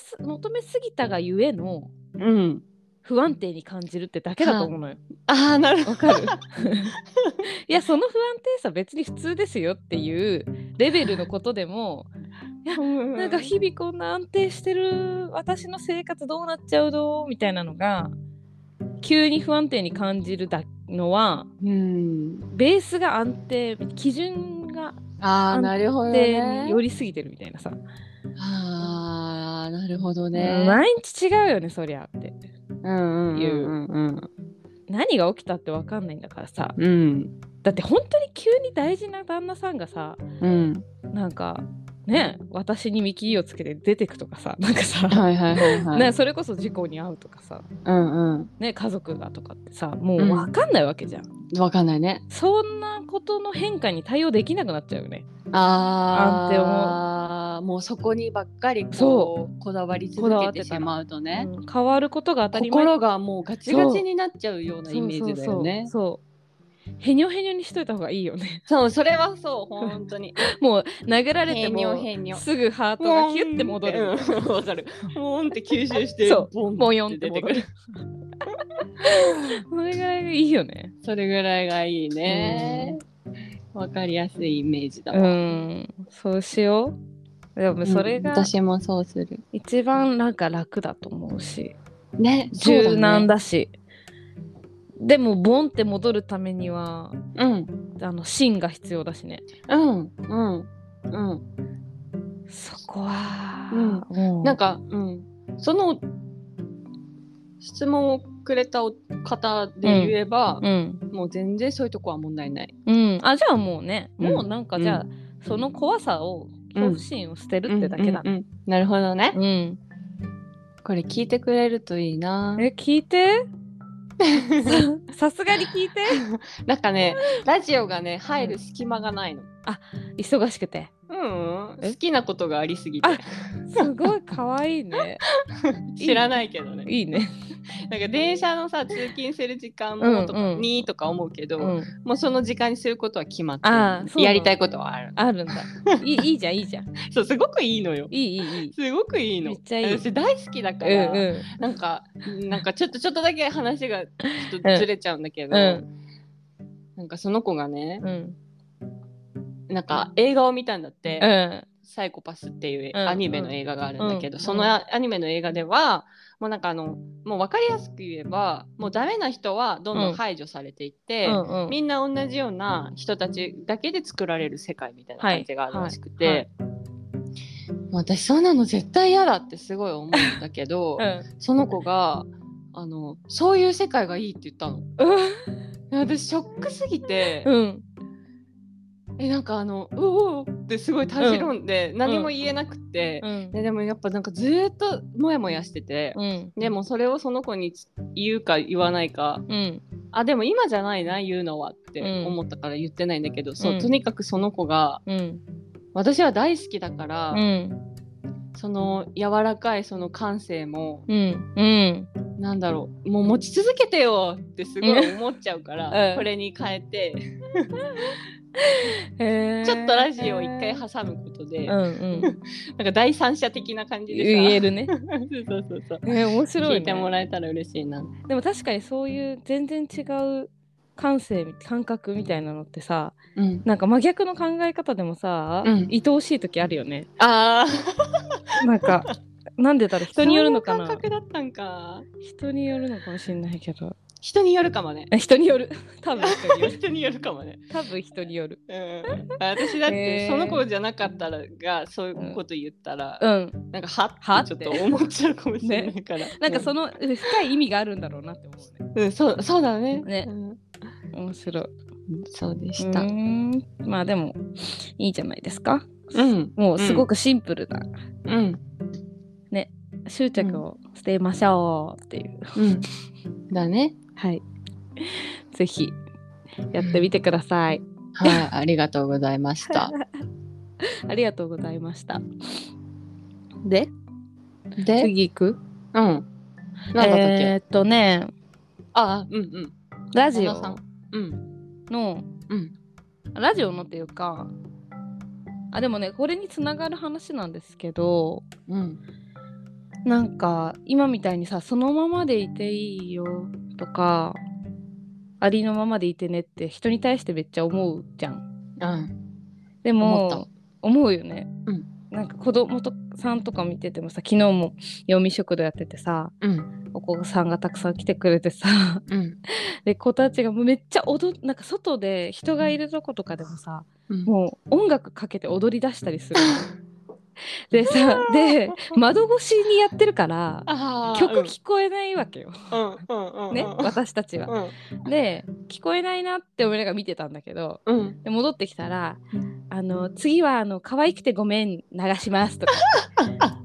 Speaker 1: す求めすぎたがゆえの
Speaker 2: うん。
Speaker 1: 不安定に感じるってだけだと思うのよ。
Speaker 2: ああなるほ
Speaker 1: わかる いやその不安定さ別に普通ですよっていうレベルのことでも
Speaker 2: ど。
Speaker 1: な
Speaker 2: なん
Speaker 1: か日々こんな安定してる私の生活どうなっちゃうのみたいなのが急に不安定に感じるだのは
Speaker 2: うん。
Speaker 1: ベースが安定基準が
Speaker 2: ああ
Speaker 1: 安
Speaker 2: なるほど
Speaker 1: 安定に
Speaker 2: ね
Speaker 1: 寄。りすぎてるみたいなさ、
Speaker 2: ああなるほど
Speaker 1: うん
Speaker 2: ね。
Speaker 1: 毎日違うよねそりゃって
Speaker 2: うんうん
Speaker 1: いう
Speaker 2: うん
Speaker 1: 何が起きたって分かんないんだからさ
Speaker 2: うんうん
Speaker 1: だって本当に急に大事な旦那さんがさ
Speaker 2: うん。
Speaker 1: なんかね私に見切りをつけて出てくとかさなんかさ、
Speaker 2: はいはいはいはい。
Speaker 1: ね、それこそ事故に遭うとかさ、
Speaker 2: うんうん。
Speaker 1: ね、家族がとかってさもう
Speaker 2: うん
Speaker 1: 分かんないわけじゃん、
Speaker 2: わかんないね。
Speaker 1: そんなことの変化に対応できなくなっちゃうよね
Speaker 2: あ
Speaker 1: 安定を
Speaker 2: あもうそこにばっかりこ
Speaker 1: そう
Speaker 2: こだわり
Speaker 1: こだわ
Speaker 2: 続け
Speaker 1: ってて
Speaker 2: した
Speaker 1: ら
Speaker 2: まうとね、
Speaker 1: うん変わることが当たり前
Speaker 2: 心がもうガチガチになっちゃうようなイメージだよ
Speaker 1: そうそうそ
Speaker 2: ね。
Speaker 1: うそうへにょへにょにしといた方がいいよ ね
Speaker 2: そうそれはそう本当 に。
Speaker 1: もう殴られて
Speaker 2: 変
Speaker 1: も
Speaker 2: 尿変尿。
Speaker 1: すぐハートがキュッて戻るみたいな
Speaker 2: うん わかる。ボーンって吸収して、
Speaker 1: そう
Speaker 2: ボン
Speaker 1: ボヨンって
Speaker 2: 出
Speaker 1: 戻
Speaker 2: く
Speaker 1: る それぐらいがいいよね
Speaker 2: それぐらいがいいね。わかりやすいイメージだ
Speaker 1: う
Speaker 2: わ。
Speaker 1: んそうしようでもそれ
Speaker 2: う
Speaker 1: が
Speaker 2: ん私もそうする。
Speaker 1: 一番なんか楽だと思うし
Speaker 2: ね、
Speaker 1: 柔軟
Speaker 2: だ。
Speaker 1: だしでもボンって戻るためには
Speaker 2: うん、
Speaker 1: あの芯が必要だしね
Speaker 2: うん、うん、うん。
Speaker 1: そこは、
Speaker 2: うんなんか、うん、その質問をくれたお方で言えば、
Speaker 1: うん
Speaker 2: もう全然そういうとこは問題ない。
Speaker 1: うんあじゃあもうね、
Speaker 2: うん
Speaker 1: もうなんかじゃあ、その怖さを恐怖心を捨てるってだけだ
Speaker 2: うんうんうんなるほどね
Speaker 1: う。ん、
Speaker 2: これ聞いてくれるといいな。
Speaker 1: え聞い てささすがに聞いて
Speaker 2: なんかね、ラジオがね、入る隙間がないの。
Speaker 1: 忙しくて
Speaker 2: うん、
Speaker 1: え
Speaker 2: 好きなことがありすぎて
Speaker 1: あすごい可愛い ね
Speaker 2: 知らないけどね
Speaker 1: いいね
Speaker 2: なんか電車のさ通勤する時間
Speaker 1: うん
Speaker 2: もとか
Speaker 1: うん
Speaker 2: にとか思うけど、
Speaker 1: うん
Speaker 2: もうその時間にすることは決まって
Speaker 1: あーそうな
Speaker 2: る
Speaker 1: の
Speaker 2: やりたいことはある
Speaker 1: あるんだいいいいじゃんいいじゃん
Speaker 2: そうすごくいいのよ
Speaker 1: いいいいいい
Speaker 2: すごくいいの。
Speaker 1: めっちゃいい
Speaker 2: 私大好きだ
Speaker 1: う
Speaker 2: か
Speaker 1: ん
Speaker 2: ら、
Speaker 1: う
Speaker 2: なんか、なんかちょっとちょっとだけ話がちょっとずれちゃうんだけど、
Speaker 1: うん
Speaker 2: なんかその子がね
Speaker 1: ん、うん
Speaker 2: なんか映画を見たんだって、
Speaker 1: うん
Speaker 2: サイコパスっていう
Speaker 1: うん
Speaker 2: アニメの映画があるんだけ
Speaker 1: う
Speaker 2: ど、
Speaker 1: ん
Speaker 2: そのアアニメの映画では、もうなんかあの、もう分かりやすく言えば、もうダメな人はどんどん排除されていって、
Speaker 1: うんうん
Speaker 2: みんな同じような人たちだけで作られる世界みたいな感じがあるらしくて、
Speaker 1: はいはい
Speaker 2: 私そんなの絶対嫌だってすごい思うんだけど、
Speaker 1: うん
Speaker 2: その子があのそういう世界がいいって言ったの。私ショックすぎて、
Speaker 1: うん
Speaker 2: えなんかあの「うおうおう」ってすごいたじろんで、何も言えなくて、
Speaker 1: うん
Speaker 2: ででもやっぱなんかずーっとモヤモヤしてて、
Speaker 1: うん
Speaker 2: でもそれをその子に言うか言わないか
Speaker 1: うん
Speaker 2: あでも今じゃないな言うのはって思ったから言ってないんだけど、そう
Speaker 1: うん
Speaker 2: とにかくその子が
Speaker 1: うん
Speaker 2: 私は大好きだから、
Speaker 1: うん
Speaker 2: その柔らかいその感性も
Speaker 1: うんうん
Speaker 2: なんだろうもう持ち続けてよってすごい思っちゃうから、
Speaker 1: うん
Speaker 2: これに変えて、
Speaker 1: へー
Speaker 2: ちょっとラジオを一回挟むことで、
Speaker 1: うんうん
Speaker 2: なんか第三者的な感じでさ
Speaker 1: 言えるね
Speaker 2: そうそうそうそう
Speaker 1: えー面白
Speaker 2: 聞
Speaker 1: い
Speaker 2: いても
Speaker 1: ね
Speaker 2: らえたら嬉しいな。
Speaker 1: でも確かにそういう全然違う感性感覚みたいなのってさ
Speaker 2: うん、
Speaker 1: なんか真逆の考え方でもさ、
Speaker 2: うん
Speaker 1: 愛おしい時あるよね
Speaker 2: ああ
Speaker 1: なんかなんでだろう人によるのか
Speaker 2: そうい
Speaker 1: な
Speaker 2: う感覚だったんか。
Speaker 1: 人によるのかもしれないけど
Speaker 2: 人によるかもね。
Speaker 1: え人による 多分人による
Speaker 2: 人によるかもね。
Speaker 1: 多分人による
Speaker 2: うん、私だっ
Speaker 1: へ
Speaker 2: て
Speaker 1: ー
Speaker 2: その子じゃなかったらがそういうこと言ったら、
Speaker 1: うん
Speaker 2: なんかは
Speaker 1: は
Speaker 2: ってちょっと思っちゃうかもしれないから。
Speaker 1: なんかそのえ深い意味があるんだろうなって思うね
Speaker 2: うん、うんそうそうだね。
Speaker 1: ね
Speaker 2: うん
Speaker 1: 面白い
Speaker 2: そうで
Speaker 1: う
Speaker 2: した。
Speaker 1: ーんまあでもいいじゃないですか
Speaker 2: うん
Speaker 1: もうすごくシンプルな、
Speaker 2: うん
Speaker 1: 執着を捨てましょうっていう、
Speaker 2: うん。だね。
Speaker 1: はいぜひやってみてください
Speaker 2: はい、ありがとうございました。
Speaker 1: ありがとうございましたで
Speaker 2: で、
Speaker 1: 次行く
Speaker 2: うん。なんだったっけ、
Speaker 1: えーっとね
Speaker 2: ああ、うんうん。
Speaker 1: ラジ
Speaker 2: 小野さ
Speaker 1: オ
Speaker 2: んうん。
Speaker 1: の
Speaker 2: うん
Speaker 1: ラジオのっていうかあでもねこれにつながる話なんですけど
Speaker 2: うん
Speaker 1: なんか今みたいにさそのままでいていいよとかありのままでいてねって人に対してめっちゃ思うじゃん。
Speaker 2: うん
Speaker 1: で
Speaker 2: 思
Speaker 1: も
Speaker 2: った
Speaker 1: 思うよね。
Speaker 2: うん
Speaker 1: なんか子供とさんとか見ててもさ昨日も読み食堂やっててさ
Speaker 2: うん
Speaker 1: お子さんがたくさん来てくれてさ
Speaker 2: うん
Speaker 1: で子たちがめっちゃ踊っなんか外で人がいるとことかでもさ
Speaker 2: うん
Speaker 1: もう 音楽かけて踊り出したりするので さで窓越しにやってるから
Speaker 2: あー
Speaker 1: 曲聞こえないわけよ、
Speaker 2: うんうんうんうん
Speaker 1: ね私たちは。
Speaker 2: うん
Speaker 1: で聞こえないなって思いながら見てたんだけど
Speaker 2: うん
Speaker 1: で戻ってきたら
Speaker 2: う
Speaker 1: 「あの次はあの可愛くてごめん流します」とか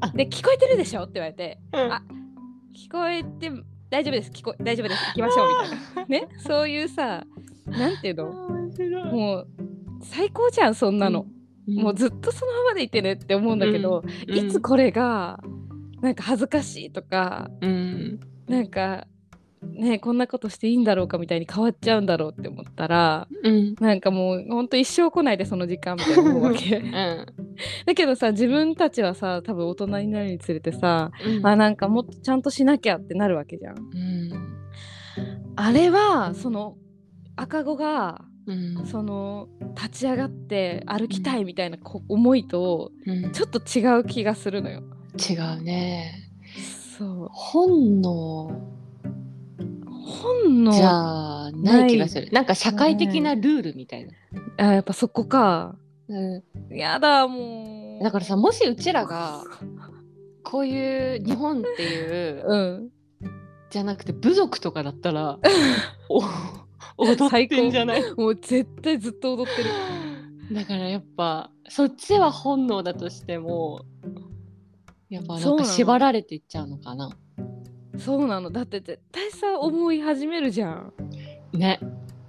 Speaker 1: 「で聞こえてるでしょ?」って言われて
Speaker 2: うん
Speaker 1: あ「聞こえて大丈夫です聞こえ大丈夫です行きましょう」みたいなねそういうさなんていうの
Speaker 2: 面白い
Speaker 1: もう最高じゃんそんなの、
Speaker 2: うん
Speaker 1: もうずっとそのままでいてねって思うんだけど、
Speaker 2: うん
Speaker 1: いつこれがなんか恥ずかしいとか
Speaker 2: うん
Speaker 1: なんかねこんなことしていいんだろうかみたいに変わっちゃうんだろうって思ったら
Speaker 2: うん
Speaker 1: なんかもうほんと一生来ないでその時間みたいな思うわけ
Speaker 2: うん
Speaker 1: だけどさ自分たちはさ多分大人になるにつれてさ、
Speaker 2: うん
Speaker 1: あなんかもっとちゃんとしなきゃってなるわけじゃん
Speaker 2: うん
Speaker 1: あれはその赤子が
Speaker 2: うん
Speaker 1: その立ち上がって歩きたいみたいなこ思いと
Speaker 2: うん
Speaker 1: ちょっと違う気がするのよ。
Speaker 2: 違うね
Speaker 1: そう
Speaker 2: 本能
Speaker 1: 本の
Speaker 2: じゃあない気がするなんか社会的なルールみたいな、
Speaker 1: あやっぱそこか。
Speaker 2: う
Speaker 1: やだも
Speaker 2: ん、
Speaker 1: う。
Speaker 2: だからさもしうちらがこういう日本っていう
Speaker 1: うん。
Speaker 2: じゃなくて部族とかだった らお踊ってんじゃない
Speaker 1: もう絶対ずっと踊ってる。
Speaker 2: だからやっぱそっちは本能だとしてもやっぱな
Speaker 1: そうんな
Speaker 2: か
Speaker 1: の
Speaker 2: 縛られていっちゃうのかな
Speaker 1: そうなの。だって絶対さ思い始めるじゃん。
Speaker 2: ね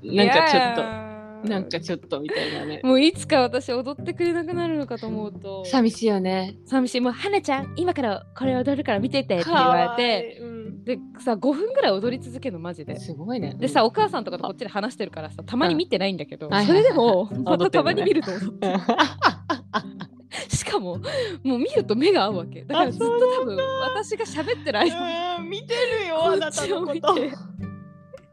Speaker 2: なんかちょっと
Speaker 1: と
Speaker 2: なんかちょっとみたいなね
Speaker 1: もういつか私踊ってくれなくなるのかと思うと
Speaker 2: 寂しいよね
Speaker 1: 寂しいもう花ちゃん今からこれ踊るから見ててって言われて
Speaker 2: かわいいうん
Speaker 1: でさ5分ぐらい踊り続けるのマジです
Speaker 2: ごいね
Speaker 1: でさお母さんとかとこっちで話してるからさたまに見てないんだけど、
Speaker 2: うんはい
Speaker 1: それでも
Speaker 2: い
Speaker 1: またたまに見ると思う
Speaker 2: うん
Speaker 1: しかももう見ると目が合うわけだから
Speaker 2: あ
Speaker 1: ずっと
Speaker 2: そうな
Speaker 1: 多
Speaker 2: ん
Speaker 1: 分
Speaker 2: だ
Speaker 1: 私が喋ってる間も
Speaker 2: うん 見てる よ
Speaker 1: こ
Speaker 2: あ
Speaker 1: っ
Speaker 2: なた
Speaker 1: ちを
Speaker 2: のこ
Speaker 1: 見
Speaker 2: と
Speaker 1: て
Speaker 2: 確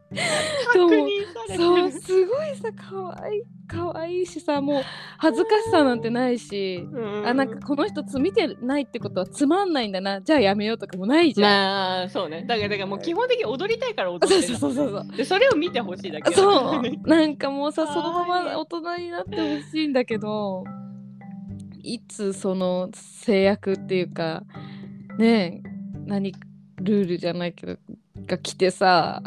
Speaker 2: 認され
Speaker 1: そう
Speaker 2: てる
Speaker 1: すごいさ可愛い可愛いしさもう恥ずかしさなんてないし
Speaker 2: うん
Speaker 1: あなんかこの人つ見てないってことはつまんないんだなじゃあやめようとかもないじゃん。
Speaker 2: まあそうねだからだからもう基本的に踊りたいから踊
Speaker 1: そ
Speaker 2: っ
Speaker 1: う
Speaker 2: て
Speaker 1: そ
Speaker 2: る
Speaker 1: うそうそう
Speaker 2: でそれを見てほしいだけだ
Speaker 1: そう
Speaker 2: ね
Speaker 1: なんかもうさ
Speaker 2: かわいい
Speaker 1: そのまま大人になってほしいんだけどいつその制約っていうかねえ何ルールじゃないけどが来てさ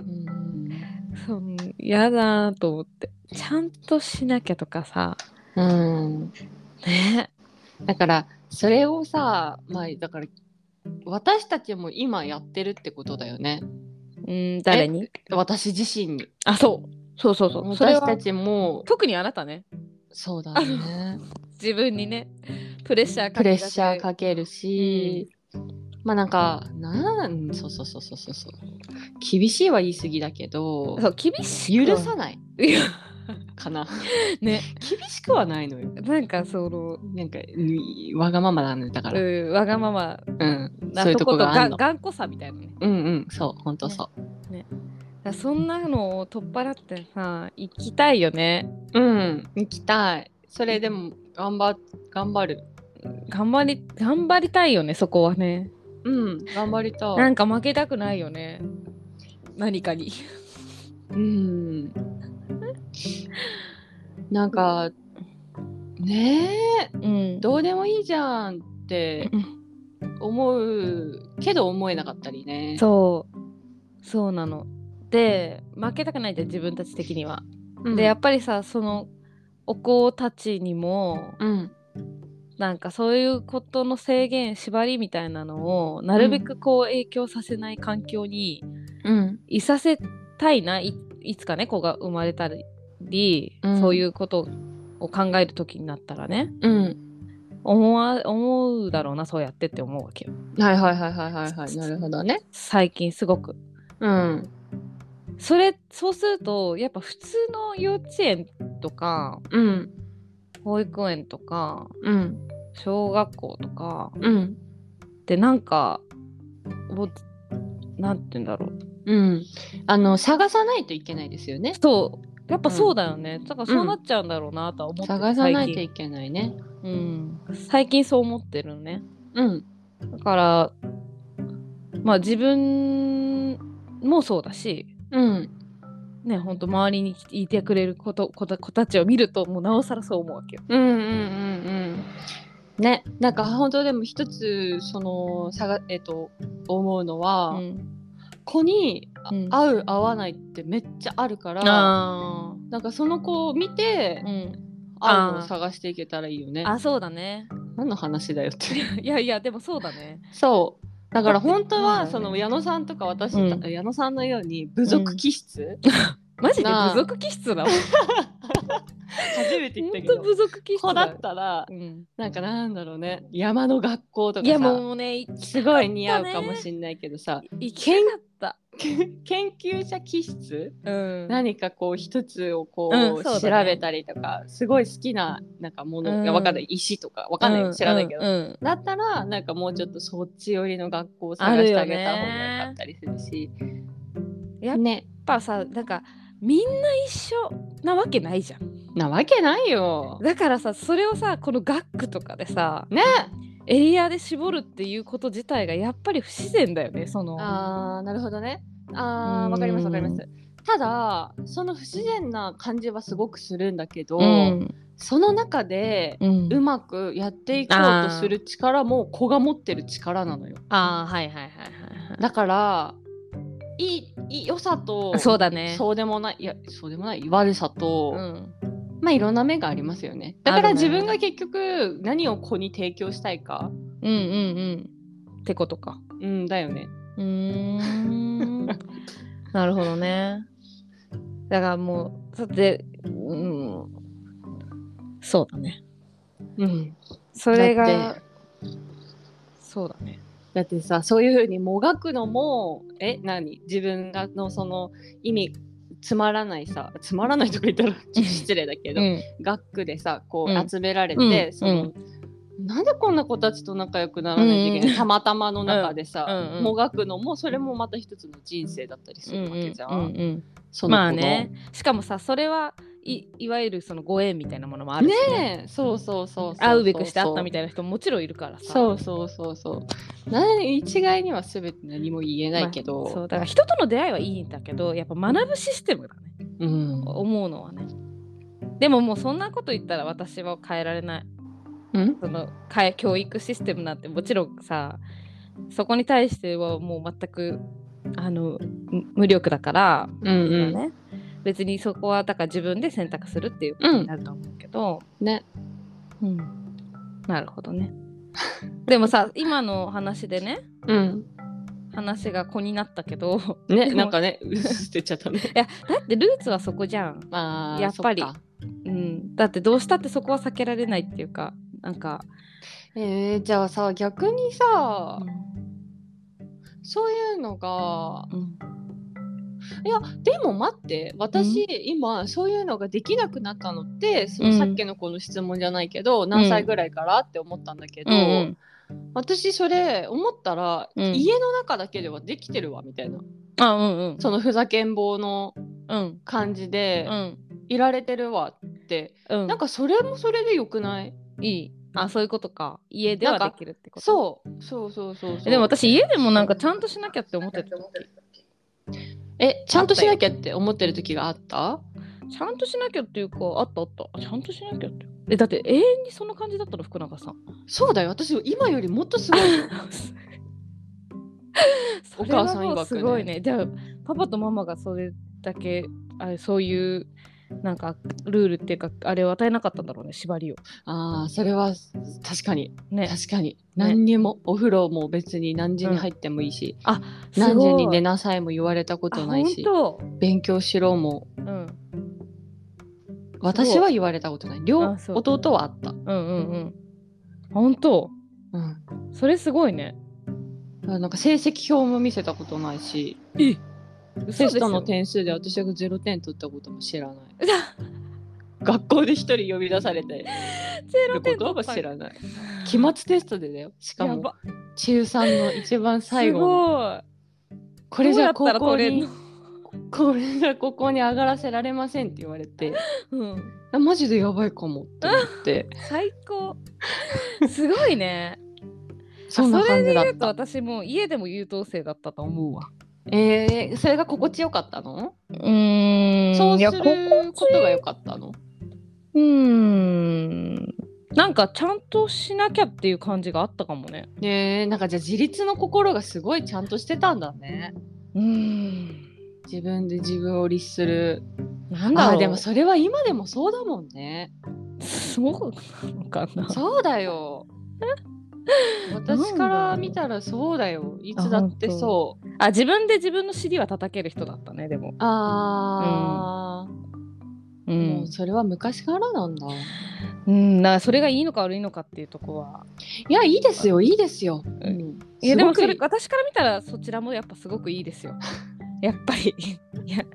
Speaker 1: そのやだなと思ってちゃんとしなきゃとかさ
Speaker 2: うん
Speaker 1: ね
Speaker 2: だからそれをさまあだから私たちも今やってるってことだよね
Speaker 1: うん誰に
Speaker 2: 私自身に
Speaker 1: あそうそうそうそうそれ
Speaker 2: 私た
Speaker 1: は
Speaker 2: ちも
Speaker 1: 特にあなたね
Speaker 2: そうだね
Speaker 1: 自分にねプレッシャーか け
Speaker 2: プ
Speaker 1: ら
Speaker 2: レ
Speaker 1: れ
Speaker 2: ッシャーかけるし、まあなんかなんそうそうそうそうそうそう厳しいは言い過ぎだけど
Speaker 1: そう厳しい
Speaker 2: 許さない
Speaker 1: いや
Speaker 2: かな
Speaker 1: ね
Speaker 2: 厳しくはないのよ
Speaker 1: なんかその
Speaker 2: なんかうんわがままなんだから、
Speaker 1: うん、わがまま
Speaker 2: うん
Speaker 1: な
Speaker 2: そういう
Speaker 1: と
Speaker 2: と
Speaker 1: こ
Speaker 2: ことがあ
Speaker 1: が
Speaker 2: んの
Speaker 1: 頑固さみたいなね
Speaker 2: うんうんそう本当そ
Speaker 1: だそんなのを取っ払ってさ行きたいよね
Speaker 2: う、うん行きたいそれでも頑張頑張る
Speaker 1: 頑張り頑張りたいよねそこはね
Speaker 2: うん頑張りた
Speaker 1: ないんか負けたくないよね何かに
Speaker 2: うんなんかねえ
Speaker 1: うん
Speaker 2: どうでもいいじゃんって思うけど思えなかったりね。
Speaker 1: そうそうなので負けたくないじゃん自分たち的には、
Speaker 2: うん
Speaker 1: でやっぱりさそのお子たちにも
Speaker 2: うん
Speaker 1: なんかそういうことの制限縛りみたいなのをなるべくこう影響させない環境に、
Speaker 2: うん
Speaker 1: いさせたいないいつかね子が生まれたり、
Speaker 2: うん
Speaker 1: そういうことを考える時になったらね
Speaker 2: うん
Speaker 1: 思わ思うだろうなそうやってって思うわけよ
Speaker 2: はいはいはいはいはいはいなるほどね。
Speaker 1: 最近すごく
Speaker 2: うん
Speaker 1: それそうするとやっぱ普通の幼稚園とか
Speaker 2: うん
Speaker 1: 保育園とか
Speaker 2: うん
Speaker 1: 小学校とか
Speaker 2: うん
Speaker 1: ってなんかもうなんて言うんだろう
Speaker 2: うんあの探さないといけないですよね
Speaker 1: そうやっぱそうだよね、だからそうなっちゃうんだろうなとは思って
Speaker 2: 探さないと
Speaker 1: 最
Speaker 2: いけないね
Speaker 1: 近、うん、最近そう思ってるのね
Speaker 2: うん
Speaker 1: だからまあ自分もそうだし
Speaker 2: うん
Speaker 1: ねほんと周りにいてくれること子た子たちを見るともうなおさらそう思うわけよ。
Speaker 2: うんうんうんうんねなんか本当でも一つその探えっと思うのは、
Speaker 1: うん
Speaker 2: 子に
Speaker 1: うん
Speaker 2: 合う合わないってめっちゃあるから
Speaker 1: あー
Speaker 2: なんかその子を見て
Speaker 1: うん、
Speaker 2: 合うの
Speaker 1: あ
Speaker 2: を
Speaker 1: ー
Speaker 2: 探していけたらいいよね。
Speaker 1: あそうだね。
Speaker 2: 何の話だよって。
Speaker 1: いやいやでもそうだ ね。
Speaker 2: そうだから本当
Speaker 1: だっ
Speaker 2: は
Speaker 1: て
Speaker 2: その矢野さんとか私、
Speaker 1: うん
Speaker 2: 矢野さんのように部族気質、
Speaker 1: マジで
Speaker 2: なあ
Speaker 1: 部族気質 だわ。
Speaker 2: 初めて言った
Speaker 1: 本
Speaker 2: け
Speaker 1: 当
Speaker 2: ど
Speaker 1: 部族気質
Speaker 2: 子だ
Speaker 1: だ
Speaker 2: っ。たら
Speaker 1: うん、
Speaker 2: なんかなんだろうね山の学校とか
Speaker 1: い
Speaker 2: さ
Speaker 1: やもうね
Speaker 2: すごい似合うかもしんないけどさ、
Speaker 1: いけなかっ
Speaker 2: 研究者気質、
Speaker 1: た。うん。
Speaker 2: 何かこう一つをこう,、
Speaker 1: うんそう
Speaker 2: 調
Speaker 1: だね
Speaker 2: べたりとかすごい好きななんかものが、
Speaker 1: うん
Speaker 2: わかんない石とかわかんない、
Speaker 1: うん
Speaker 2: 知らないけど、
Speaker 1: うんうん
Speaker 2: だったらなんかもうちょっとそっち寄りの学校を探してあげた方がよかったりするし
Speaker 1: やっ
Speaker 2: ね
Speaker 1: やっぱさなんかみんな一緒なわけないじゃん。
Speaker 2: なわけないよ。
Speaker 1: だからさそれをさこの学区とかでさ
Speaker 2: ね
Speaker 1: エリアで絞るっていうこと自体がやっぱり不自然だよねその。
Speaker 2: あーなるほどね。あ
Speaker 1: う
Speaker 2: ー
Speaker 1: ん
Speaker 2: わかりますわかります。ただその不自然な感じはすごくするんだけど、
Speaker 1: うん
Speaker 2: その中で
Speaker 1: うん
Speaker 2: うまくやっていこうとする力も子が持ってる力なのよ。
Speaker 1: ああはいはいはいはいはい。
Speaker 2: だからいいいい良さと
Speaker 1: そうだね。
Speaker 2: そうでもないいやそうでもない悪さと、
Speaker 1: うん
Speaker 2: まあいろんな面がありますよね。だから自分が結局何を子に提供したいか、
Speaker 1: うんうんうん。ってことか。
Speaker 2: うんだよね。
Speaker 1: うー ん。なるほどね。だからもう、だって、うん。そうだね。
Speaker 2: うん、
Speaker 1: それ
Speaker 2: だっ
Speaker 1: が
Speaker 2: て、
Speaker 1: そうだね。
Speaker 2: だってさそういうふうにもがくのもえ何自分がのその意味つまらないさつまらないとか言ったらちょっと失礼だけど、
Speaker 1: ん。
Speaker 2: 学区でさこ
Speaker 1: うん
Speaker 2: う集められて、
Speaker 1: うん
Speaker 2: その、なんでこんな子たちと仲良くならないといけない、
Speaker 1: うん
Speaker 2: たまたまの中でさ、
Speaker 1: うんうん
Speaker 2: もがくのもそれもまた一つの人生だったりす
Speaker 1: うん
Speaker 2: るわけじゃん。
Speaker 1: うんうん
Speaker 2: その子の
Speaker 1: まあね。しかもさ、それはいいわゆるそのご縁みたいなものもあるし
Speaker 2: ね
Speaker 1: ね。
Speaker 2: えそうそうそうそう
Speaker 1: 会うべくして会ったみ
Speaker 2: たい
Speaker 1: たいな人ももちろんいるからさ。
Speaker 2: そうそうそうそうな一概には全て何も言えないけど、
Speaker 1: まあそうだから人との出会いはいいんだけど、やっぱ学ぶシステムだね。
Speaker 2: うん
Speaker 1: 思うのはね。でももうそんなこと言ったら私は変えられない。
Speaker 2: うん
Speaker 1: その変え教育システムなんてもちろんさそこに対してはもう全くあのむ無力だから、
Speaker 2: うんうん
Speaker 1: ね、別にそこはだから自分で選択するっていうこ
Speaker 2: う
Speaker 1: とに
Speaker 2: ん
Speaker 1: なると思うけど、
Speaker 2: ね
Speaker 1: うんなるほどね。 でもさ今の話でね
Speaker 2: うん
Speaker 1: 話が子になったけど い
Speaker 2: ね
Speaker 1: でも
Speaker 2: なんかねうっす捨てちゃったね
Speaker 1: やだってルーツはそこじゃん、
Speaker 2: まあ
Speaker 1: やっぱり
Speaker 2: そか
Speaker 1: うん、だってどうしたってそこは避けられないっていうかなんか、
Speaker 2: えー、じゃあさ逆にさ
Speaker 1: う
Speaker 2: そういうのが
Speaker 1: ん、
Speaker 2: いやでも待って私、今そういうのができなくなったのってその
Speaker 1: うん
Speaker 2: さっきの子の質問じゃないけど、何歳ぐらいからって思ったんだけど、
Speaker 1: うん
Speaker 2: 私それ思ったら、
Speaker 1: うん
Speaker 2: 家の中だけではできてるわみたいな
Speaker 1: あうんうん
Speaker 2: そのふざけん坊の
Speaker 1: うん
Speaker 2: 感じで
Speaker 1: うん
Speaker 2: いられてるわって、
Speaker 1: うん
Speaker 2: なんかそれもそれでよくない
Speaker 1: いい。あ、そういうことか。家ではできるってこと。
Speaker 2: そうそうそうそうそう
Speaker 1: えでも私、家でもなんかちゃんとしなきゃって思ってた。
Speaker 2: えちゃんとしなきゃって思ってる時があった
Speaker 1: ちゃんとしなきゃっていうか、あったあった。あちゃんとしなきゃって。え、だって永遠にそんな感じだったの、福永 さん。
Speaker 2: そうだよ私今よりもっとすごいよ
Speaker 1: それは
Speaker 2: お母さん曰くね
Speaker 1: もうすごいね。じゃあ、パパとママがそれだけ、あそういう、なんか、ルールっていうか、あれを与えなかったんだろうね、縛りを。
Speaker 2: あーそれは確かに
Speaker 1: ね。
Speaker 2: 確かに何にも、お風呂も別に何時に入ってもいいし、
Speaker 1: す
Speaker 2: 何
Speaker 1: ごい
Speaker 2: 時に寝なさいも言われたことないし
Speaker 1: あ、ほん
Speaker 2: 勉強しろも
Speaker 1: とうん。
Speaker 2: 私は言われたことない両
Speaker 1: あそう
Speaker 2: 弟はあった、
Speaker 1: うんうんうん。本当
Speaker 2: うん
Speaker 1: それすごいね。
Speaker 2: あ、なんか成績表も見せたことないし
Speaker 1: え嘘
Speaker 2: テ
Speaker 1: です
Speaker 2: ストの
Speaker 1: よ
Speaker 2: 点数で私が0点取ったことも知 らない。学校で一人呼び出されて
Speaker 1: ゼロ
Speaker 2: る
Speaker 1: 点
Speaker 2: こと
Speaker 1: 取
Speaker 2: も
Speaker 1: った
Speaker 2: 知らない。期末テストでだよ。しか
Speaker 1: や
Speaker 2: も
Speaker 1: ば
Speaker 2: 中3の一番最後の。
Speaker 1: すご
Speaker 2: こ
Speaker 1: い
Speaker 2: れじゃ
Speaker 1: どう
Speaker 2: 高
Speaker 1: やったら
Speaker 2: 校
Speaker 1: 取れん
Speaker 2: に
Speaker 1: の、
Speaker 2: これじゃ高校に上がらせられませんって言われて、
Speaker 1: うん、
Speaker 2: あマジでやばいかもって思 って、
Speaker 1: 最高すごいね
Speaker 2: そんな感じだ
Speaker 1: ちょっ
Speaker 2: っ
Speaker 1: と
Speaker 2: た。
Speaker 1: 私もう家でも優等生だったと思うわ
Speaker 2: えー、それが心地よかったの？
Speaker 1: うーん
Speaker 2: そう
Speaker 1: い
Speaker 2: す
Speaker 1: や
Speaker 2: る
Speaker 1: こ
Speaker 2: ことが良かったの？
Speaker 1: うーんなんかちゃんとしなきゃっていう感じがあったかもね
Speaker 2: ねえなんかじゃあ自立の心がすごいちゃんとしてたんだね。
Speaker 1: うーん
Speaker 2: 自分で自分を律する。
Speaker 1: なんだ
Speaker 2: あ
Speaker 1: ろ
Speaker 2: ー
Speaker 1: う
Speaker 2: でもそれは今でもそうだもんね。
Speaker 1: そうなのかな
Speaker 2: そうだよ。私から見たらそうだよ。いつだってそう。
Speaker 1: あ自分で自分の尻は叩ける人だったねでも
Speaker 2: あー、
Speaker 1: う
Speaker 2: も
Speaker 1: ん
Speaker 2: う、それは昔からなんだ。
Speaker 1: うん、だからそれがいいのか悪いのかっていうとこはい
Speaker 2: や、いいですよ、いいですよ。うん、
Speaker 1: いやでも
Speaker 2: す
Speaker 1: そ
Speaker 2: ごく
Speaker 1: れ私から見たらそちらもやっぱすごくいいです よ。やっぱりいや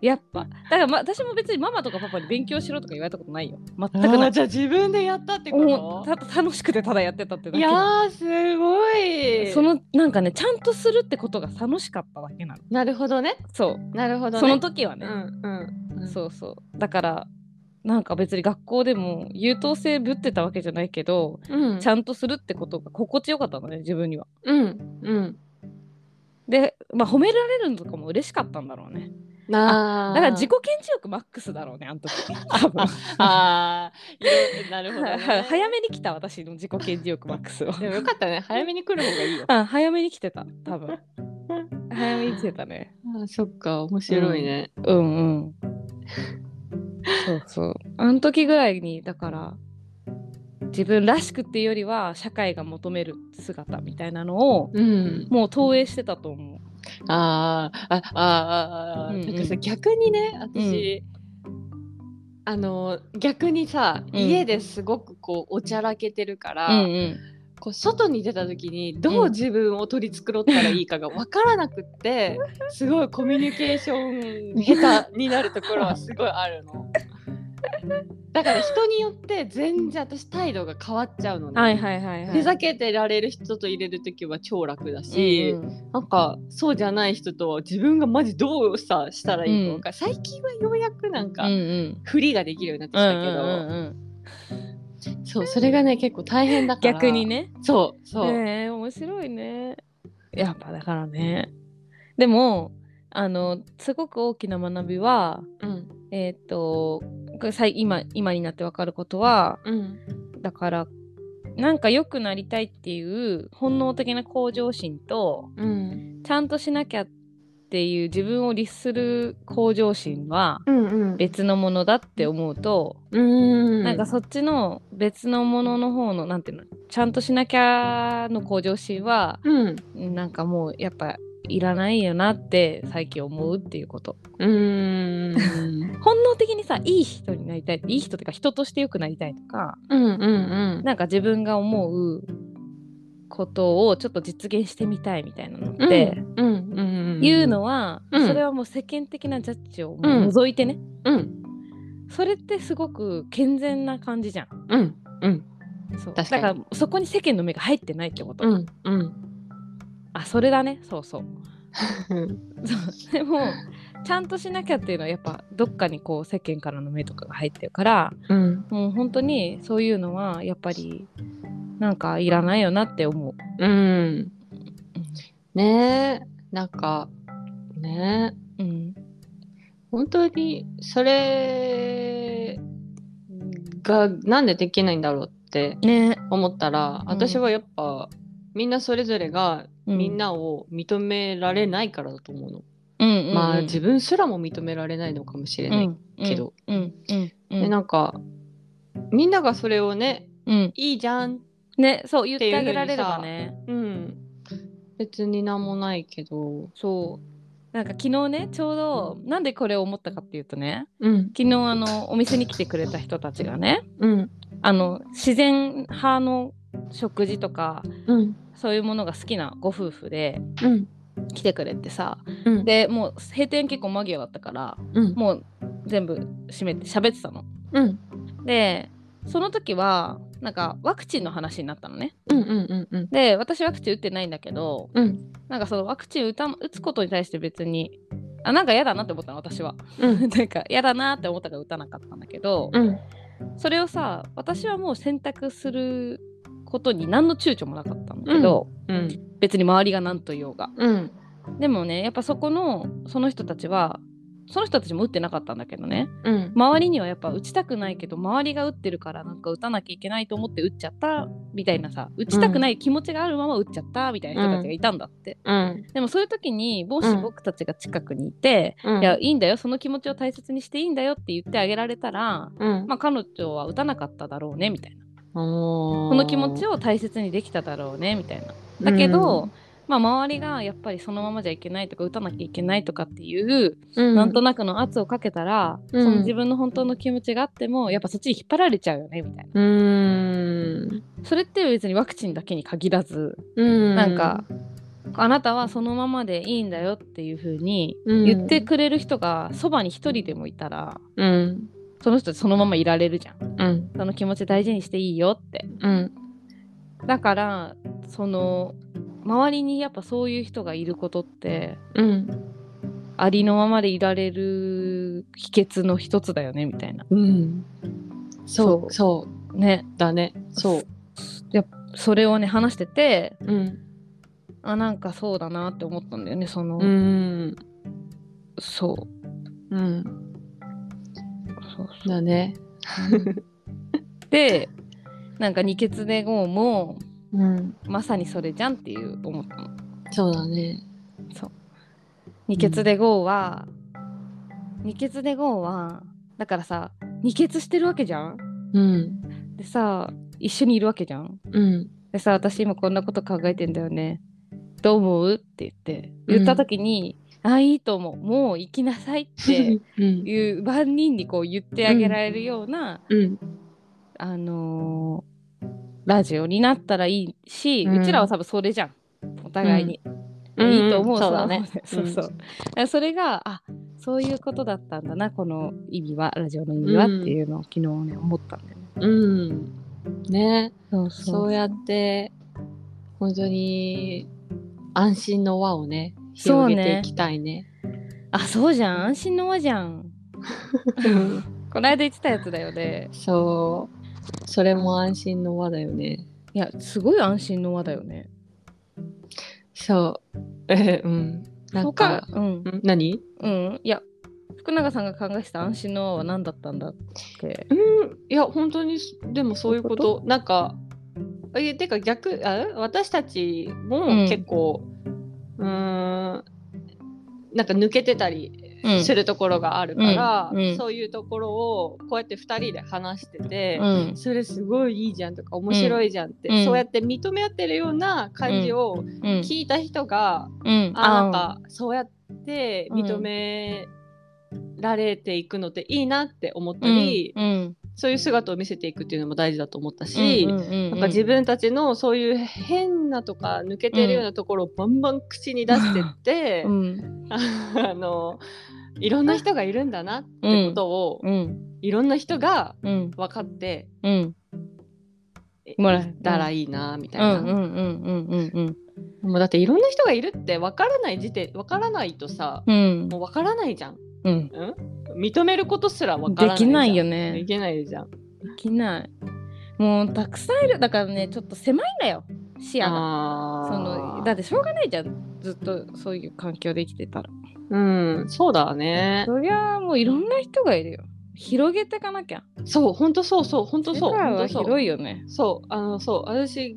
Speaker 1: やっぱだから、ま、私も別にママとかパパに勉強しろとか言われたことないよ全く
Speaker 2: あ
Speaker 1: な
Speaker 2: ー
Speaker 1: い
Speaker 2: じゃあ自分でやったってこ
Speaker 1: もう
Speaker 2: と
Speaker 1: た楽しくてただやってたってだけ
Speaker 2: いや
Speaker 1: だ
Speaker 2: ーすごい
Speaker 1: そのなんかねちゃんとするってことが楽しかっただけなの
Speaker 2: なるほどね
Speaker 1: そう
Speaker 2: なるほどね
Speaker 1: その時は
Speaker 2: う
Speaker 1: ね、
Speaker 2: んうんうん
Speaker 1: そうそうだからなんか別に学校でも優等生ぶってたわけじゃないけど、
Speaker 2: うん
Speaker 1: ちゃんとするってことが心地よかったのね自分には
Speaker 2: うんうん
Speaker 1: で、まあ、褒められるのとかも嬉しかったんだろうね
Speaker 2: な
Speaker 1: だ
Speaker 2: あ
Speaker 1: から自己顕示欲マックスだろうね、あの 時。多分
Speaker 2: あーいろいろなるほど、ね、
Speaker 1: 早めに来た私の自己顕示欲マックスを。
Speaker 2: でもよかったね早めに来る方がいいよ
Speaker 1: あ早めに来てた、多 分。早めに来てたね。
Speaker 2: あーそっか面白いね、
Speaker 1: うんうん。そうそう。あの時ぐらいに、だから、自分らしくっていうよりは、社会が求める姿みたいなのを、
Speaker 2: うん、
Speaker 1: もう投影してたと思う。
Speaker 2: あーああーあーあー、
Speaker 1: うんうん
Speaker 2: なんかさ逆にね私、あの逆にさ、
Speaker 1: うん
Speaker 2: 家ですごくこうおちゃらけてるから、
Speaker 1: うん
Speaker 2: こう外に出た時にどう自分を取り繕ったらいいかが分からなくって、すごいコミュニケーション下手になるところはすごいあるの。だから人によって全然私態度が変わっちゃうの
Speaker 1: うん。
Speaker 2: ね。
Speaker 1: はいはいはいはい。
Speaker 2: ふざけてられる人と入れる時は超楽だし、
Speaker 1: うんうん
Speaker 2: なんかそうじゃない人と自分がマジどうさしたらいいのか、最近はようやくなんか、
Speaker 1: うんうん。
Speaker 2: フリーができるようになって
Speaker 1: う
Speaker 2: き
Speaker 1: んう
Speaker 2: た
Speaker 1: ん
Speaker 2: けど、
Speaker 1: うんうん
Speaker 2: そうそれがね結構大変だから
Speaker 1: 逆にね。
Speaker 2: そうそう、
Speaker 1: ねえ面白いねやっぱだからねでもあのすごく大きな学びは
Speaker 2: うん
Speaker 1: えーっとこれさい今今になって分かることは
Speaker 2: うん
Speaker 1: だからなんか良くなりたいっていう本能的な向上心と
Speaker 2: うん
Speaker 1: ちゃんとしなきゃっていう自分を律する向上心は
Speaker 2: うんうん
Speaker 1: 別のものだって思うと、
Speaker 2: うん
Speaker 1: なんかそっちの別のものの方のなんていうのちゃんとしなきゃの向上心は
Speaker 2: うん
Speaker 1: なんかもうやっぱいらないよなって最近思うっていうこと
Speaker 2: うーん
Speaker 1: 本能的にさいい人になりたいいい人っていうか人として良くなりたいとか
Speaker 2: うんうんうん
Speaker 1: なんか自分が思うことをちょっと実現してみたいみたいなの
Speaker 2: うん
Speaker 1: って、
Speaker 2: うんうんうん
Speaker 1: いうのは、
Speaker 2: うん
Speaker 1: それはもう世間的なジャッジをも
Speaker 2: ん
Speaker 1: う除いてね、
Speaker 2: うん
Speaker 1: それってすごく健全な感じじゃん
Speaker 2: うんうん
Speaker 1: そう
Speaker 2: 確かに
Speaker 1: だからそこに世間の目が入ってないってこと、
Speaker 2: うんうん
Speaker 1: あそれだねそうそうそうでもちゃんとしなきゃっていうのはやっぱどっかにこう世間からの目とかが入ってるから
Speaker 2: うん
Speaker 1: もう本当にそういうのはやっぱりなんかいらないよなって思う。
Speaker 2: うんねえなんかねえ
Speaker 1: うん、
Speaker 2: 本当にそれがなんでできないんだろうって
Speaker 1: ね、
Speaker 2: 思ったら、
Speaker 1: ん
Speaker 2: 私はやっぱみんなそれぞれが
Speaker 1: う
Speaker 2: みん、なを認められないからだと思うの、
Speaker 1: うんうんうん、
Speaker 2: まあ自分すらも認められないのかもしれないけど、
Speaker 1: うんうんうん
Speaker 2: でなんかみんながそれをね
Speaker 1: うん、
Speaker 2: いいじゃん
Speaker 1: ねそう言ってあげられればね
Speaker 2: うん別になんもないけど
Speaker 1: そうなんか昨日ねちょうどなんでこれを思ったかっていうとね
Speaker 2: うん
Speaker 1: 昨日あのお店に来てくれた人たちがね
Speaker 2: うん
Speaker 1: あの自然派の食事とか
Speaker 2: うん
Speaker 1: そういうものが好きなご夫婦で
Speaker 2: うん
Speaker 1: 来てくれてさ
Speaker 2: うん、
Speaker 1: でもう閉店結構間際だったから
Speaker 2: うん、
Speaker 1: もう全部閉めて喋ってたの。
Speaker 2: うん、
Speaker 1: でその時はなんかワクチンの話になったのね。
Speaker 2: うん、うん、うん、
Speaker 1: で私ワクチン打ってないんだけど、
Speaker 2: うん
Speaker 1: なんかそのワクチン打たん打つことに対して別にあなんか嫌だなって思ったの私は。
Speaker 2: うん、
Speaker 1: なんか嫌だなって思ったから打たなかったんだけど、
Speaker 2: うん、
Speaker 1: それをさ私はもう選択することに何の躊躇もなかったんだけど、
Speaker 2: うん、
Speaker 1: 別に周りが何と言おうが。
Speaker 2: うん、
Speaker 1: でもねやっぱそこのその人たちはその人たちも打ってなかったんだけどね
Speaker 2: うん、
Speaker 1: 周りにはやっぱ打ちたくないけど周りが打ってるからなんか打たなきゃいけないと思って打っちゃったみたいなさ打ちたくない気持ちがあるまま打っちゃったみたいな人たちがいたんだって、
Speaker 2: うん、
Speaker 1: でもそういう時にもし僕たちが近くにいて、
Speaker 2: うん、
Speaker 1: いやいいんだよその気持ちを大切にしていいんだよって言ってあげられたら
Speaker 2: うん、
Speaker 1: まあ彼女は打たなかっただろうねみたいな
Speaker 2: こ
Speaker 1: この気持ちを大切にできただろうねみたいなだけど、、まあ、周りがやっぱりそのままじゃいけないとか打たなきゃいけないとかっていう、
Speaker 2: うん、
Speaker 1: なんとなくの圧をかけたら、
Speaker 2: うん
Speaker 1: その自分の本当の気持ちがあってもやっぱそっちに引っ張られちゃうよねみたいな
Speaker 2: うーん、
Speaker 1: それって別にワクチンだけに限らず、
Speaker 2: うん、
Speaker 1: なんかあなたはそのままでいいんだよっていう風に
Speaker 2: うん
Speaker 1: 言って、くれる人がそばに一人でもいたら
Speaker 2: うん、
Speaker 1: その人そのままいられるじゃん
Speaker 2: うん、
Speaker 1: その気持ち大事にしていいよって
Speaker 2: うん、
Speaker 1: だからその周りにやっぱそういう人がいることって
Speaker 2: うん、
Speaker 1: ありのままでいられる秘訣の一つだよねみたいな
Speaker 2: うん、
Speaker 1: そ
Speaker 2: そうう、そう
Speaker 1: ね
Speaker 2: だね、そう、
Speaker 1: やそれをね話してて
Speaker 2: うん、
Speaker 1: あなんかそうだなって思ったんだよねその、
Speaker 2: うん、
Speaker 1: そ
Speaker 2: うん、
Speaker 1: うそう
Speaker 2: だね、
Speaker 1: でなんか「二血でゴー」も
Speaker 2: うん、
Speaker 1: まさにそれじゃんっていう思ったの
Speaker 2: そうだね、
Speaker 1: 「二血でゴーは」二血でゴーはだからさ二血してるわけじゃん
Speaker 2: うん、
Speaker 1: でさ一緒にいるわけじゃん
Speaker 2: うん、
Speaker 1: でさ私今こんなこと考えてんだよねどう思うって言って言った時に「あいいと思うもう行きなさい」 って
Speaker 2: うん、
Speaker 1: いう万人にこう言ってあげられるような、
Speaker 2: うん、
Speaker 1: あのーラジオになったらいいし、う
Speaker 2: うん
Speaker 1: ちらは多分それじゃんお互いに、
Speaker 2: うん
Speaker 1: いいと思う、
Speaker 2: うんそうだね
Speaker 1: そうそう、だからそれがあそういうことだったんだなこの意味はラジオの意味はっていうのを昨日ね思ったんだよね。
Speaker 2: うん、ね、
Speaker 1: そう
Speaker 2: そうやって本当に安心の輪をね
Speaker 1: そう
Speaker 2: 広
Speaker 1: ね
Speaker 2: げていきたいね。
Speaker 1: あそうじゃん安心の輪じゃん。 この間言ってたやつだよね。
Speaker 2: そうそれも安心の輪だよね。
Speaker 1: いや、すごい安心の輪だよね。
Speaker 2: そうえうんなんか
Speaker 1: 他うん
Speaker 2: う、ん何
Speaker 1: うん、いや、福永さんが考えてた安心の輪は何だったんだっけ。
Speaker 2: うんいや本当にすでもそういうこと
Speaker 1: そう
Speaker 2: なんかえてか逆あ私たちも
Speaker 1: うん
Speaker 2: 結構うーんなんか抜けてたり
Speaker 1: うん
Speaker 2: するところがあるから、
Speaker 1: うんうん
Speaker 2: そういうところをこうやって2人で話してて、
Speaker 1: うん、
Speaker 2: それすごいいいじゃんとか面白いじゃんって、
Speaker 1: うん
Speaker 2: そうやって認め合ってるような感じを
Speaker 1: うん、
Speaker 2: 聞いた人が、
Speaker 1: うん、
Speaker 2: あなんかそうやって認められていくのっていいなって思った
Speaker 1: うん、
Speaker 2: り、
Speaker 1: うん、
Speaker 2: そういう姿を見せていくっていうのも大事だと思ったし。
Speaker 1: し
Speaker 2: なんか自。分たちのそういう変なとか抜けてるようなところをバンバン口に出してって、
Speaker 1: うん、
Speaker 2: あのいろんな人がいるんだなってことを、
Speaker 1: うん、
Speaker 2: いろんな人が
Speaker 1: うん、
Speaker 2: 分かって
Speaker 1: うん、もらえ
Speaker 2: たらいいなみ
Speaker 1: う
Speaker 2: たい
Speaker 1: ん、
Speaker 2: な、
Speaker 1: うん、うん、うん、うん、うん、
Speaker 2: もうだっていろんな人がいるって分からない時点分からないとさ
Speaker 1: うん
Speaker 2: もう分からないじゃん
Speaker 1: うん、
Speaker 2: 認めることすら分からない
Speaker 1: できないよ
Speaker 2: ね
Speaker 1: ね。
Speaker 2: で
Speaker 1: で
Speaker 2: きないじゃん
Speaker 1: きない。もうたくさんいる、だからね、ちょっと狭いんだよ。視野が。
Speaker 2: あ
Speaker 1: その、だってしょうがないじゃん。ずっとそういう環境で生きてたら。
Speaker 2: うんそうだね
Speaker 1: そりゃあもういろんな人がいるよ。広げてかなきゃ。
Speaker 2: そうほんとそうそうほんと
Speaker 1: 世
Speaker 2: そう
Speaker 1: 界
Speaker 2: ほん
Speaker 1: は
Speaker 2: とそう
Speaker 1: 広いよね。
Speaker 2: そうあのそう私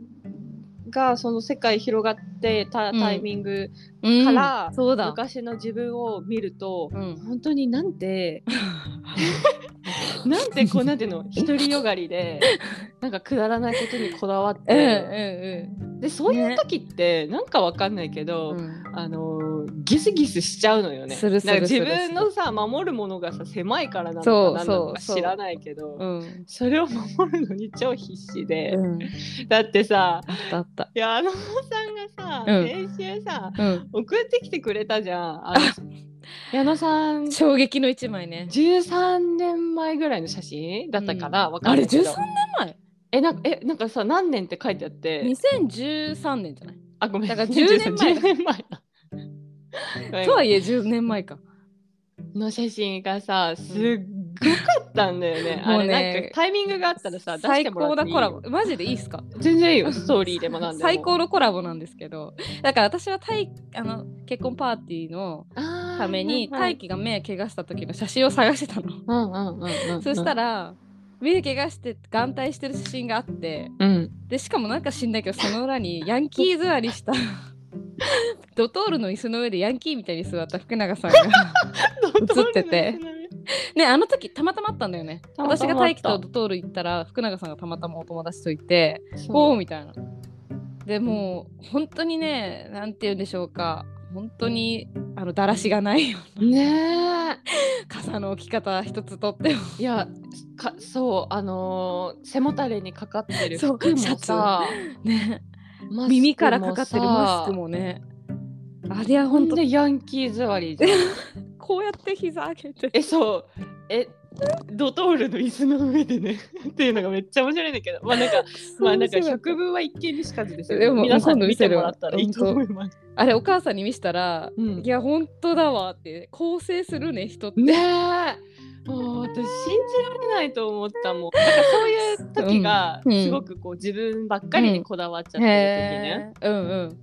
Speaker 2: がその世界広がってた
Speaker 1: うん
Speaker 2: タイミング、
Speaker 1: うん
Speaker 2: から
Speaker 1: そうだ。
Speaker 2: 昔の自分を見ると
Speaker 1: うん。
Speaker 2: 本当になん てなんてこうなんていうの独りよがりでなんかくだらないことにこだわっ
Speaker 1: うん
Speaker 2: て、
Speaker 1: う
Speaker 2: でそういう時って、なんかわかんないけど、
Speaker 1: んうん。
Speaker 2: あのーギスギスしちゃうのよね。
Speaker 1: するする
Speaker 2: なんか
Speaker 1: する
Speaker 2: 自分のさ守るものがさ狭いからなの
Speaker 1: そう
Speaker 2: か何なのか
Speaker 1: そう
Speaker 2: 知らないけど。
Speaker 1: うん。
Speaker 2: それを守るのに超必死で、
Speaker 1: うん。
Speaker 2: だってさ
Speaker 1: あったあった。
Speaker 2: いやあのおさんがさ、
Speaker 1: うん
Speaker 2: 先週さ
Speaker 1: うん。
Speaker 2: 送ってきてくれたじゃんあの矢野さん
Speaker 1: 衝撃の一枚ね。
Speaker 2: 13年前ぐらいの写真だったかな、わか
Speaker 1: あ
Speaker 2: ん
Speaker 1: れ
Speaker 2: ないけ
Speaker 1: 13
Speaker 2: ど
Speaker 1: 年前
Speaker 2: えなんかえなんかさ何年って書いてあって
Speaker 1: 2013年じゃない
Speaker 2: あごめん
Speaker 1: だから10年前
Speaker 2: 10年前だ
Speaker 1: と はいえ10年前か。
Speaker 2: の写真がさすっごかったんだよね。
Speaker 1: も
Speaker 2: あ
Speaker 1: うね
Speaker 2: れなんかタイミングがあったらさ出し
Speaker 1: 最
Speaker 2: てもら
Speaker 1: 高
Speaker 2: って
Speaker 1: ない
Speaker 2: い
Speaker 1: コラボ。マジでいいっすか
Speaker 2: 全然いいよストーリーでもなんでも。
Speaker 1: 最高のコラボなんですけどだから私はたいあの結婚パーティーのた
Speaker 2: た
Speaker 1: めに
Speaker 2: はい
Speaker 1: 大輝が目怪我した時の写真を探してたの、
Speaker 2: うんうんうんうん。
Speaker 1: そした
Speaker 2: ら。
Speaker 1: ら目怪我して眼帯してる写真があって
Speaker 2: うん。
Speaker 1: でしかもなんか知んないけどその裏にヤンキー座りしたドトールの椅子の上でヤンキーみたいに座った福永さんが映ってて。ねあの時たまたまあったんだよね
Speaker 2: たまたまあった
Speaker 1: 私が大輝とドトール行ったら福永さんがたまたまお友達といてお
Speaker 2: そ
Speaker 1: お
Speaker 2: う。
Speaker 1: みたいな。でもう本当にねなんて言うんでしょうか本当にあのだらしがないよ
Speaker 2: ね
Speaker 1: 傘の置き方一つとっても
Speaker 2: え。いやかそうあのー背もたれにかかってる
Speaker 1: そう
Speaker 2: 服もさ、
Speaker 1: ね
Speaker 2: マスクもさ
Speaker 1: 耳からかかってるマスク。もねあれは
Speaker 2: ほん
Speaker 1: 本当
Speaker 2: でヤンキー座りじゃん。
Speaker 1: こうやって膝上げて
Speaker 2: えそうえドトールの椅子の上でね っていうのがめっちゃ面白いんだけどまあなんかまあなんか百聞は一見にしかずですよ、ね、
Speaker 1: でも
Speaker 2: 皆さ
Speaker 1: 今
Speaker 2: ん
Speaker 1: 度
Speaker 2: 見
Speaker 1: 見せ
Speaker 2: て
Speaker 1: る
Speaker 2: も
Speaker 1: わ
Speaker 2: らったらいいと思います
Speaker 1: あれお母さんに見せたら「
Speaker 2: うん
Speaker 1: いや本当だわ」って構成するね人って、
Speaker 2: ねえもう私信じられないと思ったもんなんかそういう時が
Speaker 1: うんうん
Speaker 2: すごくこう自分ばっかりにこだわっちゃってる時ね、
Speaker 1: へーうんうん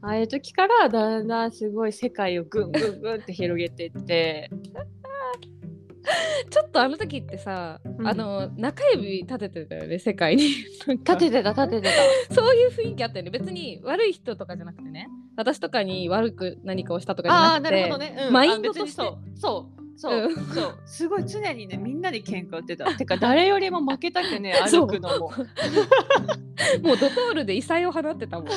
Speaker 2: ああいう時からだんだんすごい世界をぐんぐんぐんって広げてって
Speaker 1: ちょっとあの時ってさ、
Speaker 2: うん
Speaker 1: あの中指立ててたよね世界に なんか
Speaker 2: 立ててた立てて
Speaker 1: そういう雰囲気あったよね。別に悪い人とかじゃなくてね。私とかに悪く何かをしたとか
Speaker 2: た
Speaker 1: じ
Speaker 2: ああ
Speaker 1: ゃ
Speaker 2: ー
Speaker 1: な
Speaker 2: な
Speaker 1: くて。
Speaker 2: るほどね、う ん、
Speaker 1: マインド
Speaker 2: あ別に
Speaker 1: として
Speaker 2: そうそうそう、
Speaker 1: うん
Speaker 2: そうすごい常にねみんなで喧嘩売ってたてか誰よりも負けたくね
Speaker 1: そう
Speaker 2: 歩くのも
Speaker 1: もうドトールで異彩を放って たもん。か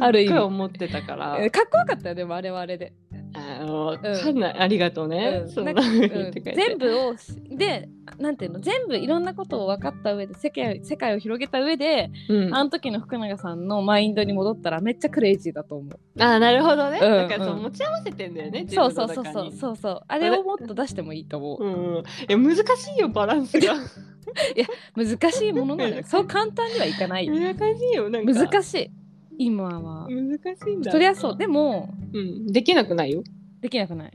Speaker 1: ある
Speaker 2: ある
Speaker 1: 意味
Speaker 2: 意味思ってたから
Speaker 1: っこよかったよ、でもあれはあれで。
Speaker 2: あのわかんない、ありがとうね、
Speaker 1: うん
Speaker 2: そん
Speaker 1: な
Speaker 2: な
Speaker 1: んか
Speaker 2: 風に
Speaker 1: うん
Speaker 2: って書いて
Speaker 1: 全部をし、で、なんていうの、全部いろんなことを分かった上で、世界世界を広げた上で、
Speaker 2: うん、
Speaker 1: あ
Speaker 2: あ
Speaker 1: の時の福永さんのマインドに戻ったらめっちゃクレイジーだと思う。
Speaker 2: ーなるほど
Speaker 1: う
Speaker 2: ね、
Speaker 1: ん
Speaker 2: だからそう
Speaker 1: うん
Speaker 2: 持ち合わせてんだよね自
Speaker 1: そう
Speaker 2: 分
Speaker 1: そ
Speaker 2: の
Speaker 1: う
Speaker 2: 中に
Speaker 1: そうそう、そうそう。あれをもっと出してもいいと思う。
Speaker 2: うんうん、え難しいよバランスが
Speaker 1: 難しいものなのよ。そう簡単にはいかないよ。
Speaker 2: 難しいよなんか
Speaker 1: 難しい。今は。
Speaker 2: 難しいんだ
Speaker 1: そりゃそう。でも、
Speaker 2: うん、できなくないよ、
Speaker 1: できなくない。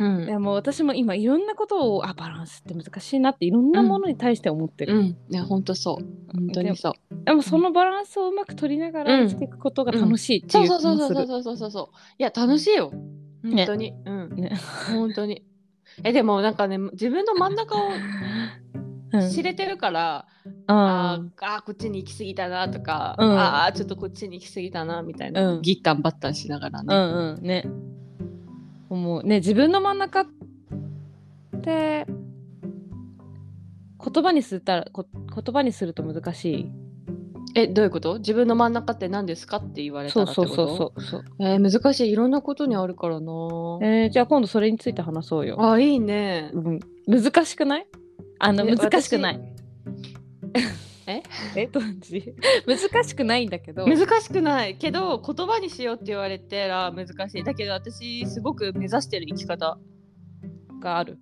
Speaker 2: う
Speaker 1: い
Speaker 2: ん
Speaker 1: やもう私も今いろんなことをあバランスって難しいなっていろんなものに対して思って
Speaker 2: う
Speaker 1: る、
Speaker 2: ん、ね本当そう本当にそう
Speaker 1: でもそのバランスをうまく取りながら
Speaker 2: うん
Speaker 1: 生きていくことが楽しいって
Speaker 2: そ
Speaker 1: いうう
Speaker 2: そう
Speaker 1: 気
Speaker 2: そう
Speaker 1: も
Speaker 2: そ
Speaker 1: す
Speaker 2: う
Speaker 1: る
Speaker 2: そうそうそうそういや楽しいよ本
Speaker 1: ね
Speaker 2: 当に、うん、
Speaker 1: ね
Speaker 2: 本当にえでもなんかね自分の真ん中を
Speaker 1: うん
Speaker 2: 知れてるから、あ
Speaker 1: あ
Speaker 2: ーあーこっちに行き過ぎたなとか、
Speaker 1: うん
Speaker 2: ああちょっとこっちに行き過ぎたなみたいな、
Speaker 1: うん
Speaker 2: ギッタンバッタンしながら
Speaker 1: ーうんう
Speaker 2: ね、
Speaker 1: んね思うね自分の真ん中って言葉にするたらこ言葉にすると難し
Speaker 2: えどういうこと自分の真ん中って何ですかって言わ
Speaker 1: い
Speaker 2: れた
Speaker 1: そう
Speaker 2: らってこ
Speaker 1: そうそ
Speaker 2: と
Speaker 1: うそうそう、
Speaker 2: えー難しいいろんなことにあるからな、
Speaker 1: えーじゃあ今度それについて話そうよ、
Speaker 2: あいいね
Speaker 1: うん、難しくないあの
Speaker 2: ね
Speaker 1: 難しくない
Speaker 2: え
Speaker 1: えどっち難しくないんだけど
Speaker 2: 難しくないけど言葉にしようって言われたら難しいだけど私すごく目指してる生き方
Speaker 1: がある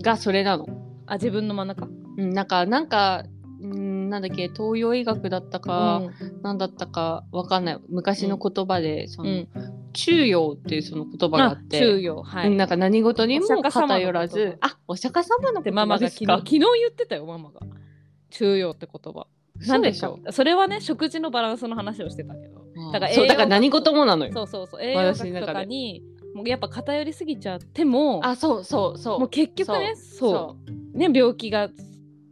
Speaker 2: がそれなの
Speaker 1: あ自分の真ん中
Speaker 2: うん、なんか、なんか、うんなんだっけ、東洋医学だったか、なんだったか、わかんない。昔の言葉で、そ
Speaker 1: うん、う
Speaker 2: の
Speaker 1: ん、、
Speaker 2: 中庸っていうその言葉があ
Speaker 1: あ
Speaker 2: って、
Speaker 1: 中庸は
Speaker 2: うん
Speaker 1: い
Speaker 2: なんか何事に
Speaker 1: お釈
Speaker 2: も
Speaker 1: 迦様の
Speaker 2: 偏ら
Speaker 1: 言葉
Speaker 2: ず、あ、お釈迦様の
Speaker 1: で
Speaker 2: 言
Speaker 1: マ
Speaker 2: 葉
Speaker 1: マ
Speaker 2: で
Speaker 1: が
Speaker 2: す
Speaker 1: 昨日
Speaker 2: か
Speaker 1: 昨。日言ってたよママが中庸って言葉
Speaker 2: そうでしょ
Speaker 1: なん。かそれはね食事のバランスの話をしてたけどだから栄養
Speaker 2: そうだから何事もなのよ。
Speaker 1: そうそうそう栄養
Speaker 2: 私の
Speaker 1: 学
Speaker 2: 中で
Speaker 1: とかにもうやっぱ偏りすぎちゃっても
Speaker 2: あ、そうそうそう。
Speaker 1: もう結局ねそう
Speaker 2: そ
Speaker 1: ね病気が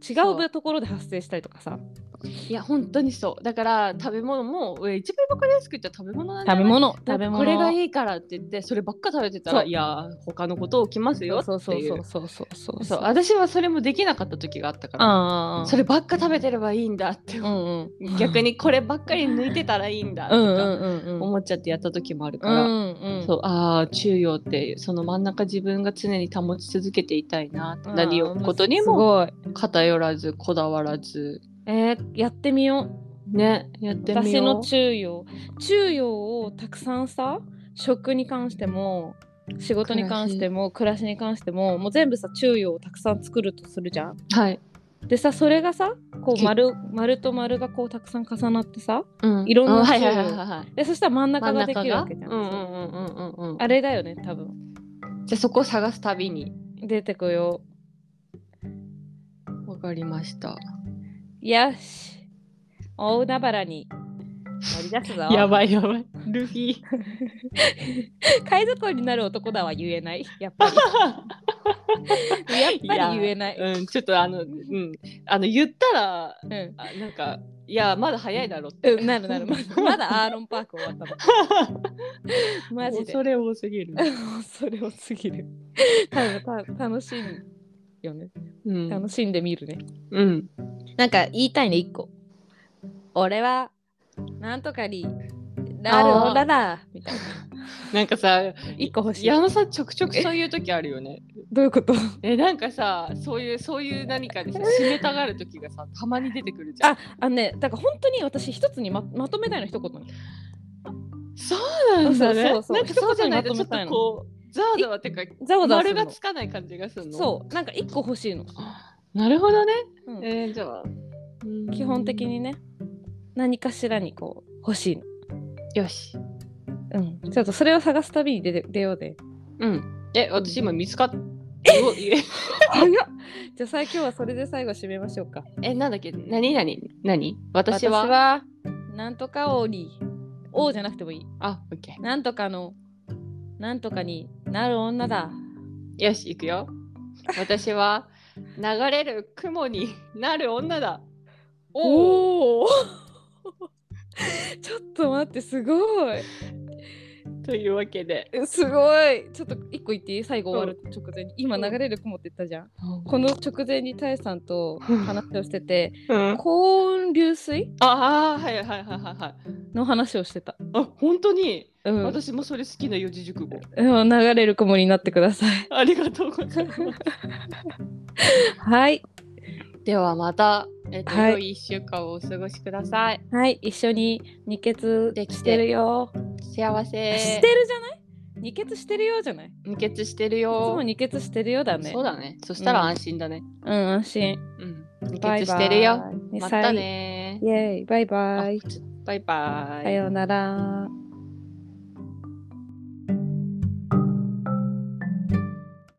Speaker 1: 違
Speaker 2: そう
Speaker 1: うところで発生したりとかさ
Speaker 2: ういや本当にそうだから食べ物も俺一番分かりやすく言ったら食べ物なんじゃ
Speaker 1: 食
Speaker 2: な
Speaker 1: べ
Speaker 2: い
Speaker 1: 物食べ物
Speaker 2: これがいいからって言ってそればっか食べてたら
Speaker 1: そう
Speaker 2: いやー他のこと起きますよってい
Speaker 1: そううそうそうそうそうそう
Speaker 2: そう
Speaker 1: あ
Speaker 2: 私はそれもできなかった時があったから
Speaker 1: あ
Speaker 2: そればっか食べてればいいんだって、
Speaker 1: うんうん
Speaker 2: 逆にこればっかり抜いてたらいいんだと
Speaker 1: う
Speaker 2: か、
Speaker 1: んうんうんうん
Speaker 2: 思っちゃってやった時もあるか
Speaker 1: うん
Speaker 2: ら、
Speaker 1: うん
Speaker 2: そうああ中庸ってその真ん中自分が常に保ち続けていたいなって
Speaker 1: うん
Speaker 2: 何をことに
Speaker 1: す
Speaker 2: も
Speaker 1: ごい
Speaker 2: 偏らずこだわらず
Speaker 1: えーやってみよう
Speaker 2: ねやってみ
Speaker 1: 私
Speaker 2: よう
Speaker 1: の中庸中庸をたくさんさ食に関しても仕事に関しても暮らしに関してももう全部さ中庸をたくさん作るとするじゃん
Speaker 2: はい、
Speaker 1: でさそれがさこう
Speaker 2: き
Speaker 1: 丸丸と丸がこうたくさん重なってさ
Speaker 2: うん
Speaker 1: いろんな
Speaker 2: あは
Speaker 1: 種
Speaker 2: い
Speaker 1: 類
Speaker 2: はいはいはい
Speaker 1: でそしたら真ん中
Speaker 2: 真ん
Speaker 1: がで
Speaker 2: 中
Speaker 1: きる
Speaker 2: が
Speaker 1: わけじゃん,
Speaker 2: う
Speaker 1: そうん
Speaker 2: うんうんうんうんうん
Speaker 1: あれだよね多分
Speaker 2: じゃあそこを探すたびに
Speaker 1: 出てくよ
Speaker 2: わかり ました
Speaker 1: よし大海原に乗り出すぞ
Speaker 2: ばいやばいルフィ
Speaker 1: 海賊王になる男だは言えないやっ ぱりやっぱり言えない
Speaker 2: うんちょっとあのうんあの言ったら
Speaker 1: うん
Speaker 2: あなんかいやまだ早いだろって
Speaker 1: うん、なる なるまだまだアーロンパーク終わったのマジで
Speaker 2: 恐れ多すぎる
Speaker 1: それをすぎ る多分た楽しいよね
Speaker 2: うん
Speaker 1: 楽しんでみるね
Speaker 2: うん
Speaker 1: なんか言いたいね一個俺はなんとかになる
Speaker 2: あー
Speaker 1: のだなみたいな
Speaker 2: なんかさ、
Speaker 1: 一個欲しい
Speaker 2: 矢野さんちょくちょくそういう時あるよね。
Speaker 1: どういうこと
Speaker 2: え、なんかさ、そういうそういう何かでさ、締めたがる時 がさ、たまに出てくるじゃん。
Speaker 1: ああのねだから本当に私一つにままとめたいの一言に
Speaker 2: そうなん
Speaker 1: そう
Speaker 2: だね。
Speaker 1: そうそう
Speaker 2: なんかそうじゃないとち
Speaker 1: 一言にまと
Speaker 2: ょっ
Speaker 1: めたい
Speaker 2: と
Speaker 1: の
Speaker 2: こう、ざわざわってか、
Speaker 1: ざわざわす
Speaker 2: 丸
Speaker 1: る
Speaker 2: が
Speaker 1: の
Speaker 2: つかない感じがするの。
Speaker 1: そうなんか一個欲しいの、
Speaker 2: う。なるほどね。
Speaker 1: うん
Speaker 2: えー、じゃあ、うん
Speaker 1: 基本的。にね何かしらにこう欲しいの
Speaker 2: よし。
Speaker 1: うんちょっとそれを探すたびに出て出ようで
Speaker 2: うん。え、私今見つかっ。えおいえ
Speaker 1: 早っ じゃあさ今日はそれで最後締めましょうか
Speaker 2: え、なんだっけ、何何何私は
Speaker 1: なんとか王に王じゃなくてもいい
Speaker 2: あ、オッケ
Speaker 1: なんとかのなんとかになる女だ
Speaker 2: ー。よし、行くよ。私は、流れる雲になる女だ。おお。
Speaker 1: おお ちょっと待ってすごい
Speaker 2: というわけで、
Speaker 1: えすごいちょっと一個言っていい最後終わる直前に今流れる雲って言ったじゃんこの直前にたえさんと話をしてて
Speaker 2: うん、あ
Speaker 1: 高温流水
Speaker 2: あーはいはいはいはいはい
Speaker 1: の話をしてた
Speaker 2: あ本当に、
Speaker 1: うん、
Speaker 2: 私もそれ好きな四字熟語
Speaker 1: うん、流れる雲になってください
Speaker 2: ありがとうございます
Speaker 1: はい
Speaker 2: ではまた、えっと
Speaker 1: はい
Speaker 2: 良い一週間をお過ごしください
Speaker 1: はい一緒に二血
Speaker 2: できて
Speaker 1: してるよ
Speaker 2: 幸せ
Speaker 1: してるじゃない二血してるよじゃないい
Speaker 2: 無血してる
Speaker 1: つ
Speaker 2: よ
Speaker 1: も二血してるよだね
Speaker 2: そうだねそしたら安心だね
Speaker 1: うん安心
Speaker 2: うん、無
Speaker 1: バイ
Speaker 2: 血
Speaker 1: バ
Speaker 2: し
Speaker 1: イ
Speaker 2: てるよ
Speaker 1: 二
Speaker 2: ま
Speaker 1: 歳
Speaker 2: たね
Speaker 1: イエーイバイバイ
Speaker 2: あちょバイバイ
Speaker 1: さようなら